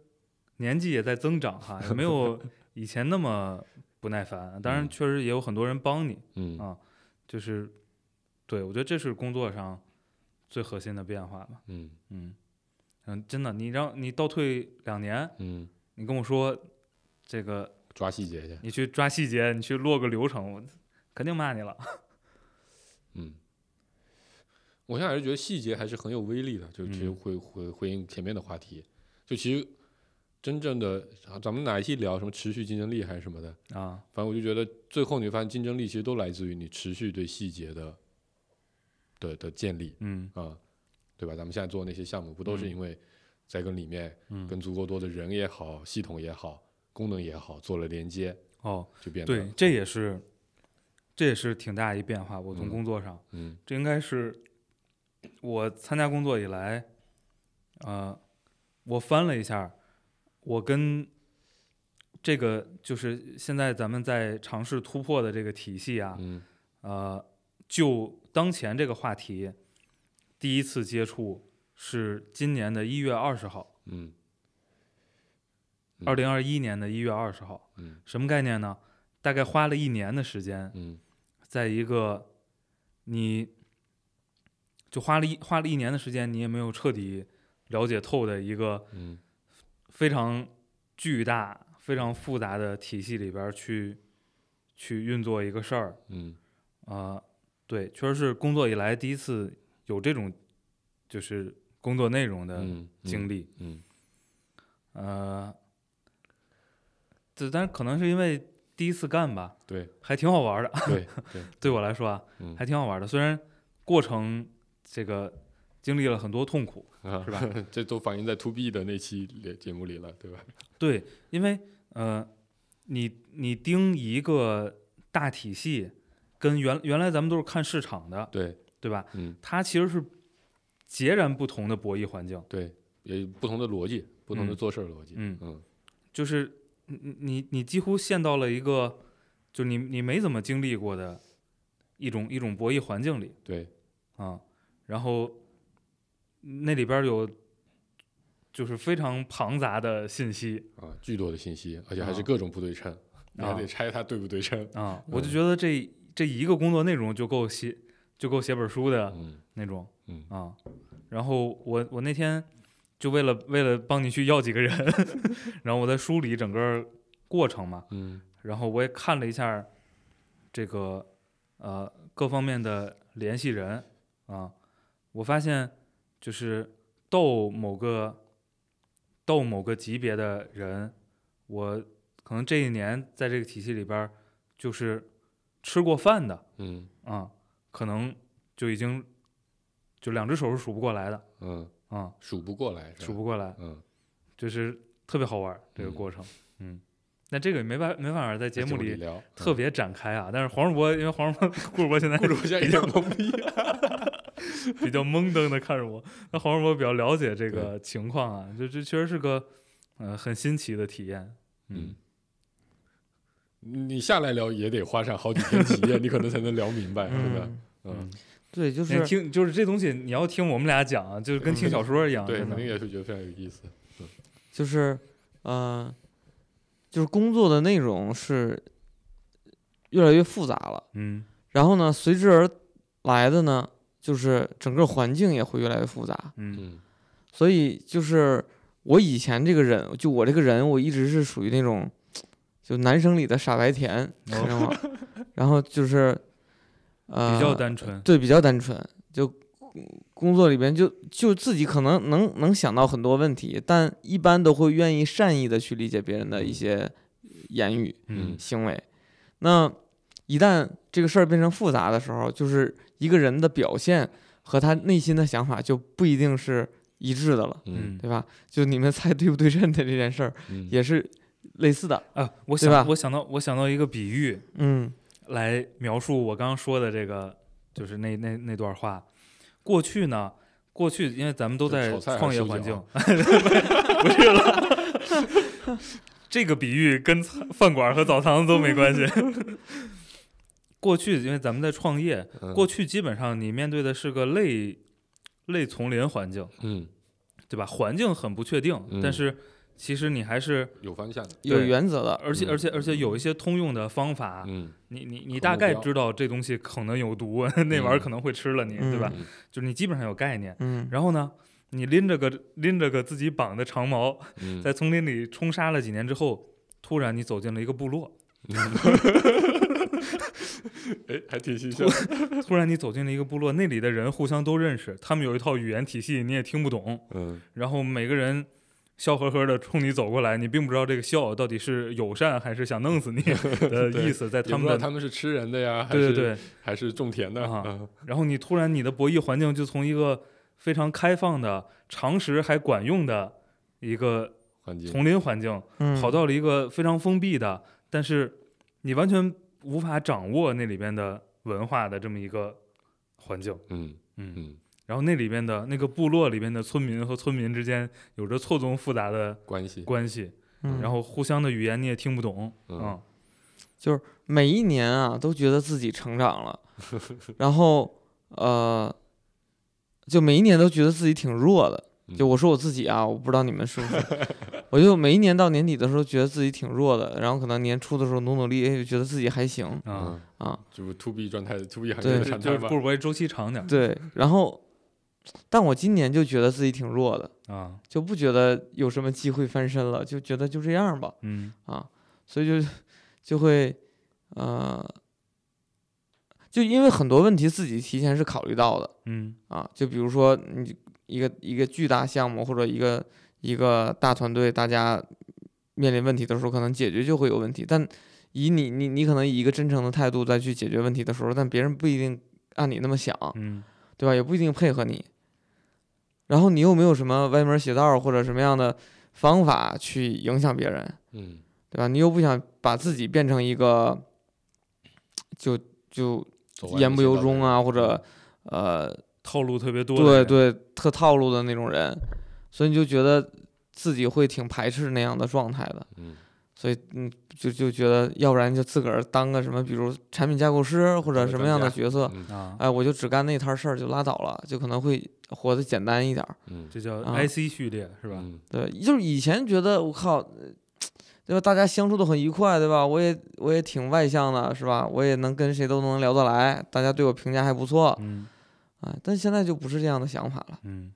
S3: 年纪也在增长哈，也没有以前那么不耐烦。当然，
S4: 嗯
S3: 确实也有很多人帮你，
S4: 嗯
S3: 啊，就是对我觉得这是工作上最核心的变化吧，
S4: 嗯
S3: 嗯嗯，真的，你让你倒退两年，
S4: 嗯，
S3: 你跟我说这个，
S4: 抓细节去，
S3: 你去抓细节，你去落个流程，我肯定骂你了。
S4: 嗯。我现在还是觉得细节还是很有威力的，就其实
S3: 嗯
S4: 回回回应前面的话题，就其实真正的啊咱们哪一期聊什么持续竞争力还是什么的，
S3: 啊，
S4: 反正我就觉得最后你会发现竞争力其实都来自于你持续对细节的的的建立
S3: 嗯
S4: 啊、对吧？咱们现在做的那些项目不都是
S3: 嗯
S4: 因为在跟里面、
S3: 嗯，
S4: 跟足够多的人也好、系统也好、功能也好做了连接，
S3: 哦，
S4: 就变得
S3: 对，这也是这也是挺大一变化。我从
S4: 嗯
S3: 工作上，
S4: 嗯
S3: 这应该是我参加工作以来，呃，我翻了一下，我跟这个就是现在咱们在尝试突破的这个体系啊，
S4: 嗯
S3: 呃，就当前这个话题，第一次接触是今年的一月二十号，
S4: 嗯嗯
S3: 二零二一年的一月二十号，
S4: 嗯
S3: 什么概念呢？大概花了一年的时间，
S4: 嗯
S3: 在一个你就花了一花了一年的时间，你也没有彻底了解透的一个
S4: 嗯
S3: 非常巨大、非常复杂的体系里边儿去去运作一个事儿。
S4: 嗯
S3: 啊，对，确实是工作以来第一次有这种就是工作内容的
S4: 嗯
S3: 经
S4: 历，
S3: 历。
S4: 嗯
S3: 呃，这但是可能是因为第一次干吧，
S4: 对
S3: 还挺好玩儿的。 <laughs>
S4: 对对，
S3: 对我来说啊，
S4: 嗯
S3: 还挺好玩的。虽然过程这个经历了很多痛苦，
S4: 啊
S3: 是吧？ <laughs>
S4: 这都反映在 to B 的那期里节目里了，对吧？
S3: 对，因为呃，你你盯一个大体系，跟原原来咱们都是看市场的，
S4: 对，
S3: 对吧？
S4: 嗯
S3: 它其实是截然不同的博弈环境，
S4: 对，也不同的逻辑，不同的
S3: 嗯
S4: 做事儿逻辑，
S3: 嗯
S4: 嗯
S3: 就是你你你你几乎陷到了一个，就是你你没怎么经历过的一种一种博弈环境里。
S4: 对，
S3: 啊，然后那里边儿有就是非常庞杂的信息
S4: 啊，巨多的信息，而且还是
S3: 啊
S4: 各种不对称，你还
S3: 啊
S4: 得拆它对不对称。
S3: 啊，我就
S4: 嗯
S3: 觉得这这一个工作内容就够写就够写本书的
S4: 嗯
S3: 那种
S4: 嗯
S3: 啊。然后我我那天就为了为了帮你去要几个人， <laughs> 然后我在梳理整个过程嘛，
S4: 嗯
S3: 然后我也看了一下这个呃各方面的联系人啊，我发现就是斗某个斗某个级别的人，我可能这一年在这个体系里边儿就是吃过饭的
S4: 嗯
S3: 啊，可能就已经就两只手是数不过来的
S4: 嗯，
S3: 啊，
S4: 数不过来是
S3: 数
S4: 吧？
S3: 不过来，
S4: 嗯，
S3: 就是特别好玩儿这个
S4: 嗯
S3: 过程，嗯。那这个没办没办法在节
S4: 在
S3: 目里
S4: 聊
S3: 特别展开啊。但是黄世博，因为黄世博、 <laughs> 顾世博现在
S4: 顾主播现在一脸懵逼，
S3: 比较懵登的看着我，那黄世博比较了解这个情况啊，就这确实是个呃很新奇的体验。嗯，
S4: 你下来聊也得花上好几天体验，你可能才能聊
S3: <laughs>
S4: 明白，是的，嗯，
S2: 对，就
S3: 你
S2: 是
S3: 听就是这东西，你要听我们俩讲啊，就是跟听小说一样，
S4: 对，
S3: 真
S4: 肯定
S3: 的。
S4: 也是觉得非常有意思，
S2: 就是，呃，就是工作的内容是越来越复杂了。
S3: 嗯
S2: 然后呢，随之而来的呢，就是整个环境也会越来越复杂。
S3: 嗯
S4: 嗯
S2: 所以就是我以前这个人，就我这个人，我一直是属于那种就男生里的傻白
S3: 哦
S2: 甜，你知道吗？ <laughs> 然后就是呃，
S3: 比较单纯。
S2: 对，比较单纯，就工工作里边就就自己可能能能想到很多问题，但一般都会愿意善意的去理解别人的一些言语
S3: 嗯
S4: 嗯
S2: 行为。那一旦这个事儿变成复杂的时候，就是一个人的表现和他内心的想法就不一定是一致的了，
S4: 嗯
S2: 对吧？就你们猜对不对称的这件事儿
S4: 嗯，
S2: 也是类似的，
S3: 啊，我
S2: 对吧
S3: 想我想到我想到一个比喻
S2: 嗯
S3: 来描述我刚刚说的这个，就是那那那段话。过去呢，过去因为咱们都
S4: 就
S3: 在
S4: 炒菜还是
S3: 创业
S4: 修啊
S3: 环
S4: 脚
S3: 境， <laughs> 不是了。这个比喻跟餐饭馆和澡堂子都没关系。过去因为咱们在创业，
S4: 嗯
S3: 过去基本上你面对的是个类类丛林环境，
S4: 嗯
S3: 对吧？环境很不确定，
S4: 嗯
S3: 但是其实你还是，
S4: 有方向的，
S2: 有
S3: 对
S2: 原则的，
S3: 而且
S4: 嗯
S3: 而且而且有一些通用的方法，
S4: 嗯
S3: 你你你
S4: 和
S3: 大
S4: 目
S3: 概
S4: 标
S3: 知道这东西可能有毒， <laughs> 那玩意儿可能会吃了你，对吧？
S4: 嗯
S3: 就是你基本上有概念。
S2: 嗯
S3: 然后呢，你拎着个拎着个自己绑的长矛，
S4: 嗯，
S3: 在丛林里冲杀了几年之后，突然你走进了一个部
S4: <laughs>
S3: 落，
S4: <laughs> 哎，还挺形象，
S3: 突然你走进了一个部落，那里的人互相都认识，他们有一套语言体系，你也听不懂，
S4: 嗯
S3: 然后每个人。笑呵呵的冲你走过来，你并不知道这个笑到底是友善还是想弄
S4: <laughs>
S3: 死你的
S4: 对
S3: 意思，在
S4: 也
S3: 他
S4: 不知
S3: 们
S4: 道
S3: 的
S4: 他们是吃人的呀，还
S3: 对对
S4: 是
S3: 对，
S4: 还是种田的
S3: 啊
S4: 嗯
S3: 然后你突然你的博弈环境就从一个非常开放的、常识还管用的一个
S4: 环境，
S3: 丛林环境，
S2: 嗯，
S3: 跑到了一个非常封闭的，但是你完全无法掌握那里边的文化的这么一个环境。
S4: 嗯
S3: 嗯，
S4: 嗯，
S3: 然后那里边的那个部落里边的村民和村民之间有着错综复杂的
S4: 关系，
S3: 关系，
S2: 嗯，
S3: 然后互相的语言你也听不懂。
S4: 嗯
S3: 啊，
S2: 每一年啊，都觉得自己成长了，然后呃，就每一年都觉得自己挺弱的。就
S4: 嗯
S2: 我说我自己啊，我不知道你们是不是，我就每一年到年底的时候觉得自己挺弱的，然后可能年初的时候努努力，哎，就觉得自己还行
S3: 啊，，
S2: 啊，
S4: 嗯就是 to B 状态，to B 行
S2: 对
S4: 业的
S3: 就
S4: 常
S3: 就是
S4: 态吧
S3: 不，是我周期长点儿
S2: 对，然后，但我今年就觉得自己挺弱的，
S3: 啊，
S2: 就不觉得有什么机会翻身了，就觉得就这样吧，
S3: 嗯
S2: 啊，所以就就会呃，就因为很多问题自己提前是考虑到的
S3: 嗯
S2: 啊，就比如说你一个一个巨大项目或者一个一个大团队，大家面临问题的时候，可能解决就会有问题，但以你你你可能以一个真诚的态度再去解决问题的时候，但别人不一定按你那么想，
S3: 嗯
S2: 对吧？也不一定配合你。然后你又没有什么歪门邪道或者什么样的方法去影响别人，
S4: 嗯
S2: 对吧？你又不想把自己变成一个就就
S4: 走完
S2: 言
S4: 这
S2: 不
S4: 些
S2: 由
S4: 道
S2: 衷
S4: 理
S2: 啊，或者
S4: 嗯
S2: 呃，
S3: 套路特别多的
S2: 对
S3: 人。
S2: 对，特套路的那种人，所以你就觉得自己会挺排斥那样的状态的。
S4: 嗯
S2: 所以嗯，就就觉得要不然就自个儿当个什么，比如产品架构师或者
S4: 当个
S2: 什么
S4: 专
S2: 样的
S4: 家
S2: 角色，
S4: 嗯
S3: 啊，
S2: 哎，我就只干那摊事儿就拉倒了，就可能会活得简单一点儿。
S4: 嗯，
S3: 这叫
S2: 啊
S3: IC 序列、是吧？
S4: 嗯
S2: 对，就是以前觉得我靠，呃对吧？大家相处的很愉快，对吧？我也我也挺外向的，是吧？我也能跟谁都能聊得来，大家对我评价还不错
S3: 嗯，
S2: 啊、哎，但现在就不是这样的想法了。
S3: 嗯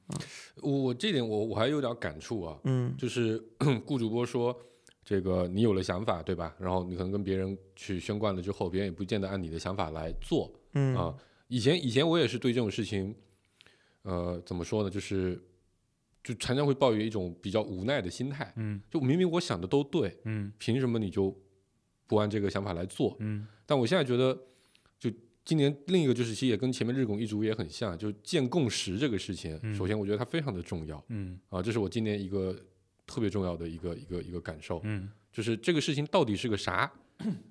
S4: 我我这点我我还有点感触啊，
S2: 嗯
S4: 就是 <coughs> 顾主播说，这个你有了想法，对吧？然后你可能跟别人去宣贯了之后，别人也不见得按你的想法来做
S2: 嗯
S4: 啊。以前以前我也是对这种事情，呃，怎么说呢？就是就常常会抱有一种比较无奈的心态，
S3: 嗯
S4: 就明明我想的都对，
S3: 嗯
S4: 凭什么你就不按这个想法来做？
S3: 嗯
S4: 但我现在觉得，就今年另一个就是，其实也跟前面日拱一卒也很像，就建共识这个事情，
S3: 嗯
S4: 首先我觉得它非常的重要。
S3: 嗯
S4: 啊，这是我今年一个特别重要的一个一个一个感受，
S3: 嗯
S4: 就是这个事情到底是个
S3: <clears throat>
S4: 啥，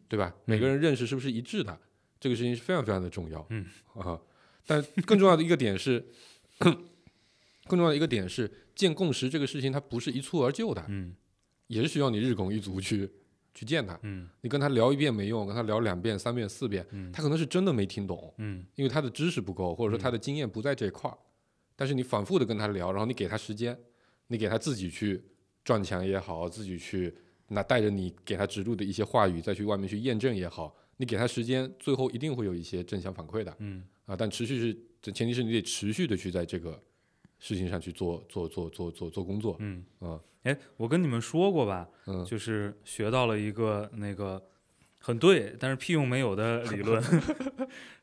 S4: 对吧？每个人认识是不是一致的，这个事情是非常非常的重要。
S3: 嗯
S4: 啊，但更重要的一个点是， <clears throat> 更重要的一个点是，建共识这个事情它不是一蹴而就的，
S3: 嗯
S4: 也是需要你日拱一卒去去见他。
S3: 嗯
S4: 你跟他聊一遍没用，跟他聊两遍、三遍、四遍，
S3: 嗯
S4: 他可能是真的没听懂，
S3: 嗯
S4: 因为他的知识不够，或者说他的经验不在这一块儿。但是你反复的跟他聊，然后你给他时间，你给他自己去撞墙也好，自己去那带着你给他植入的一些话语再去外面去验证也好，你给他时间，最后一定会有一些正向反馈的
S3: 嗯
S4: 啊。但持续是，这前提是你得持续的去在这个事情上去做做做做做做工作。
S3: 嗯
S4: 啊
S3: 哎，我跟你们说过吧，
S4: 嗯
S3: 就是学到了一个那个很对，但是屁用没有的理 <laughs> 论，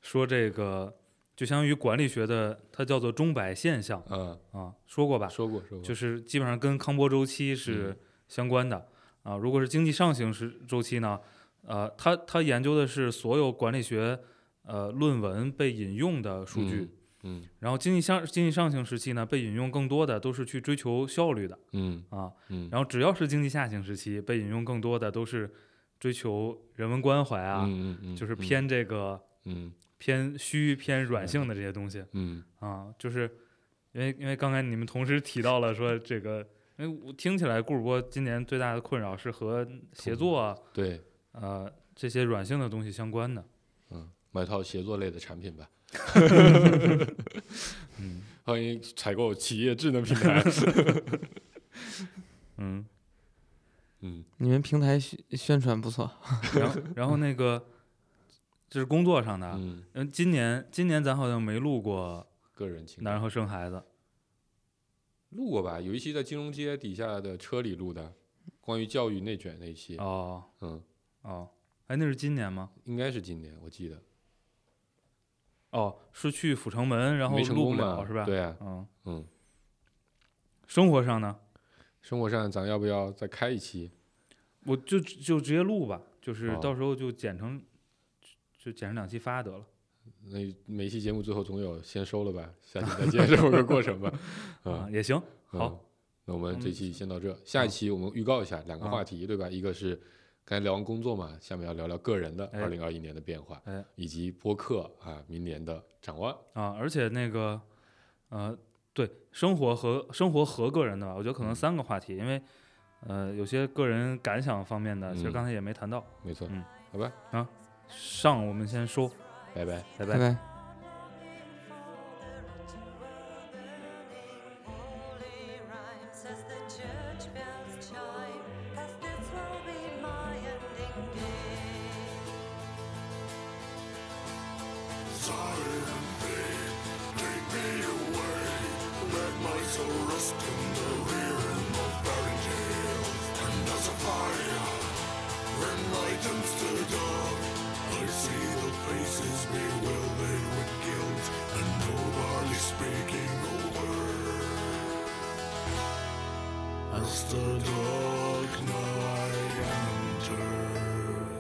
S3: 说这个就相当于管理学的，它叫做钟摆现象
S4: 嗯，
S3: 啊，说过吧？
S4: 说过说过，
S3: 就是基本上跟康波周期
S4: 嗯
S3: 是相关的、啊。如果是经济上行时周期呢，呃，他他研究的是所有管理学呃论文被引用的数据，
S4: 嗯
S3: 然后经济上经济上行时期呢，被引用更多的都是去追求效率的
S4: 嗯
S3: 啊。
S4: 嗯，
S3: 然后只要是经济下行时期，被引用更多的都是追求人文关怀啊，
S4: 嗯嗯嗯，
S3: 就是
S4: 嗯
S3: 偏这个
S4: 嗯
S3: 偏虚偏软性的这些东西。
S4: 嗯
S3: 啊，就是因为因为刚才你们同时提到了说这个，因为我听起来顾主播今年最大的困扰是和协作啊
S4: 对，
S3: 呃这些软性的东西相关的。
S4: 嗯，买套协作类的产品吧。
S3: 嗯
S4: 欢迎采购企业智能平
S3: <laughs>
S4: 台。
S3: 嗯，
S4: 嗯
S2: 你们平台宣宣传不错，
S3: 然后然后那个这是工作上的啊，
S4: 嗯，
S3: 嗯，今年今年咱好像没录过
S4: 个人情
S3: 男人和
S4: 况
S3: 生孩子，
S4: 录过吧？有一期在金融街底下的车里录的，关于教育内卷那一期。
S3: 哦
S4: 嗯，
S3: 哦，哎那是今年吗？
S4: 应该是今年，我记得。
S3: 哦，是去阜成门，然后
S4: 没成
S3: 录不
S4: 功嘛？
S3: 了是吧？，
S4: 对啊，
S3: 嗯，
S4: 嗯。
S3: 生活上呢，
S4: 生活上咱要不要再开一期？
S3: 我就就直接录吧，就是
S4: 好
S3: 到时候就剪成，就剪成两期发得了。
S4: 那每期节目最后总有先收了吧，下期再
S3: <laughs>
S4: 见这么个过程吧。
S3: 啊，
S4: 嗯，
S3: 也行。
S4: 嗯
S3: 好，
S4: 那我们这
S3: 嗯
S4: 期先到这，下一期我们预告一下两个
S3: 啊
S4: 话题，对吧？一个是刚才聊完工作嘛，下面要聊聊个人的
S3: 哎
S4: 二零二一年的变化
S3: 哎，
S4: 以及播客啊明年的展望。
S3: 啊，而且那个，呃，对，生活和生活和个人的吧，我觉得可能
S4: 嗯
S3: 三个话题，因为，呃，有些个人感想方面的，其实
S4: 嗯
S3: 刚才也没谈到。
S4: 没错，
S3: 嗯
S4: 好吧，
S3: 上我们先说，
S4: 拜拜。
S3: 拜
S2: 拜
S3: 拜。
S2: 拜。
S5: Holy rhymes as the church bells chime, 'cause this will be my ending day.
S6: As the dark night enters.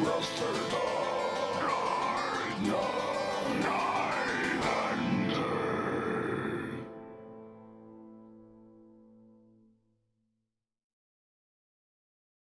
S6: Rust the dark night.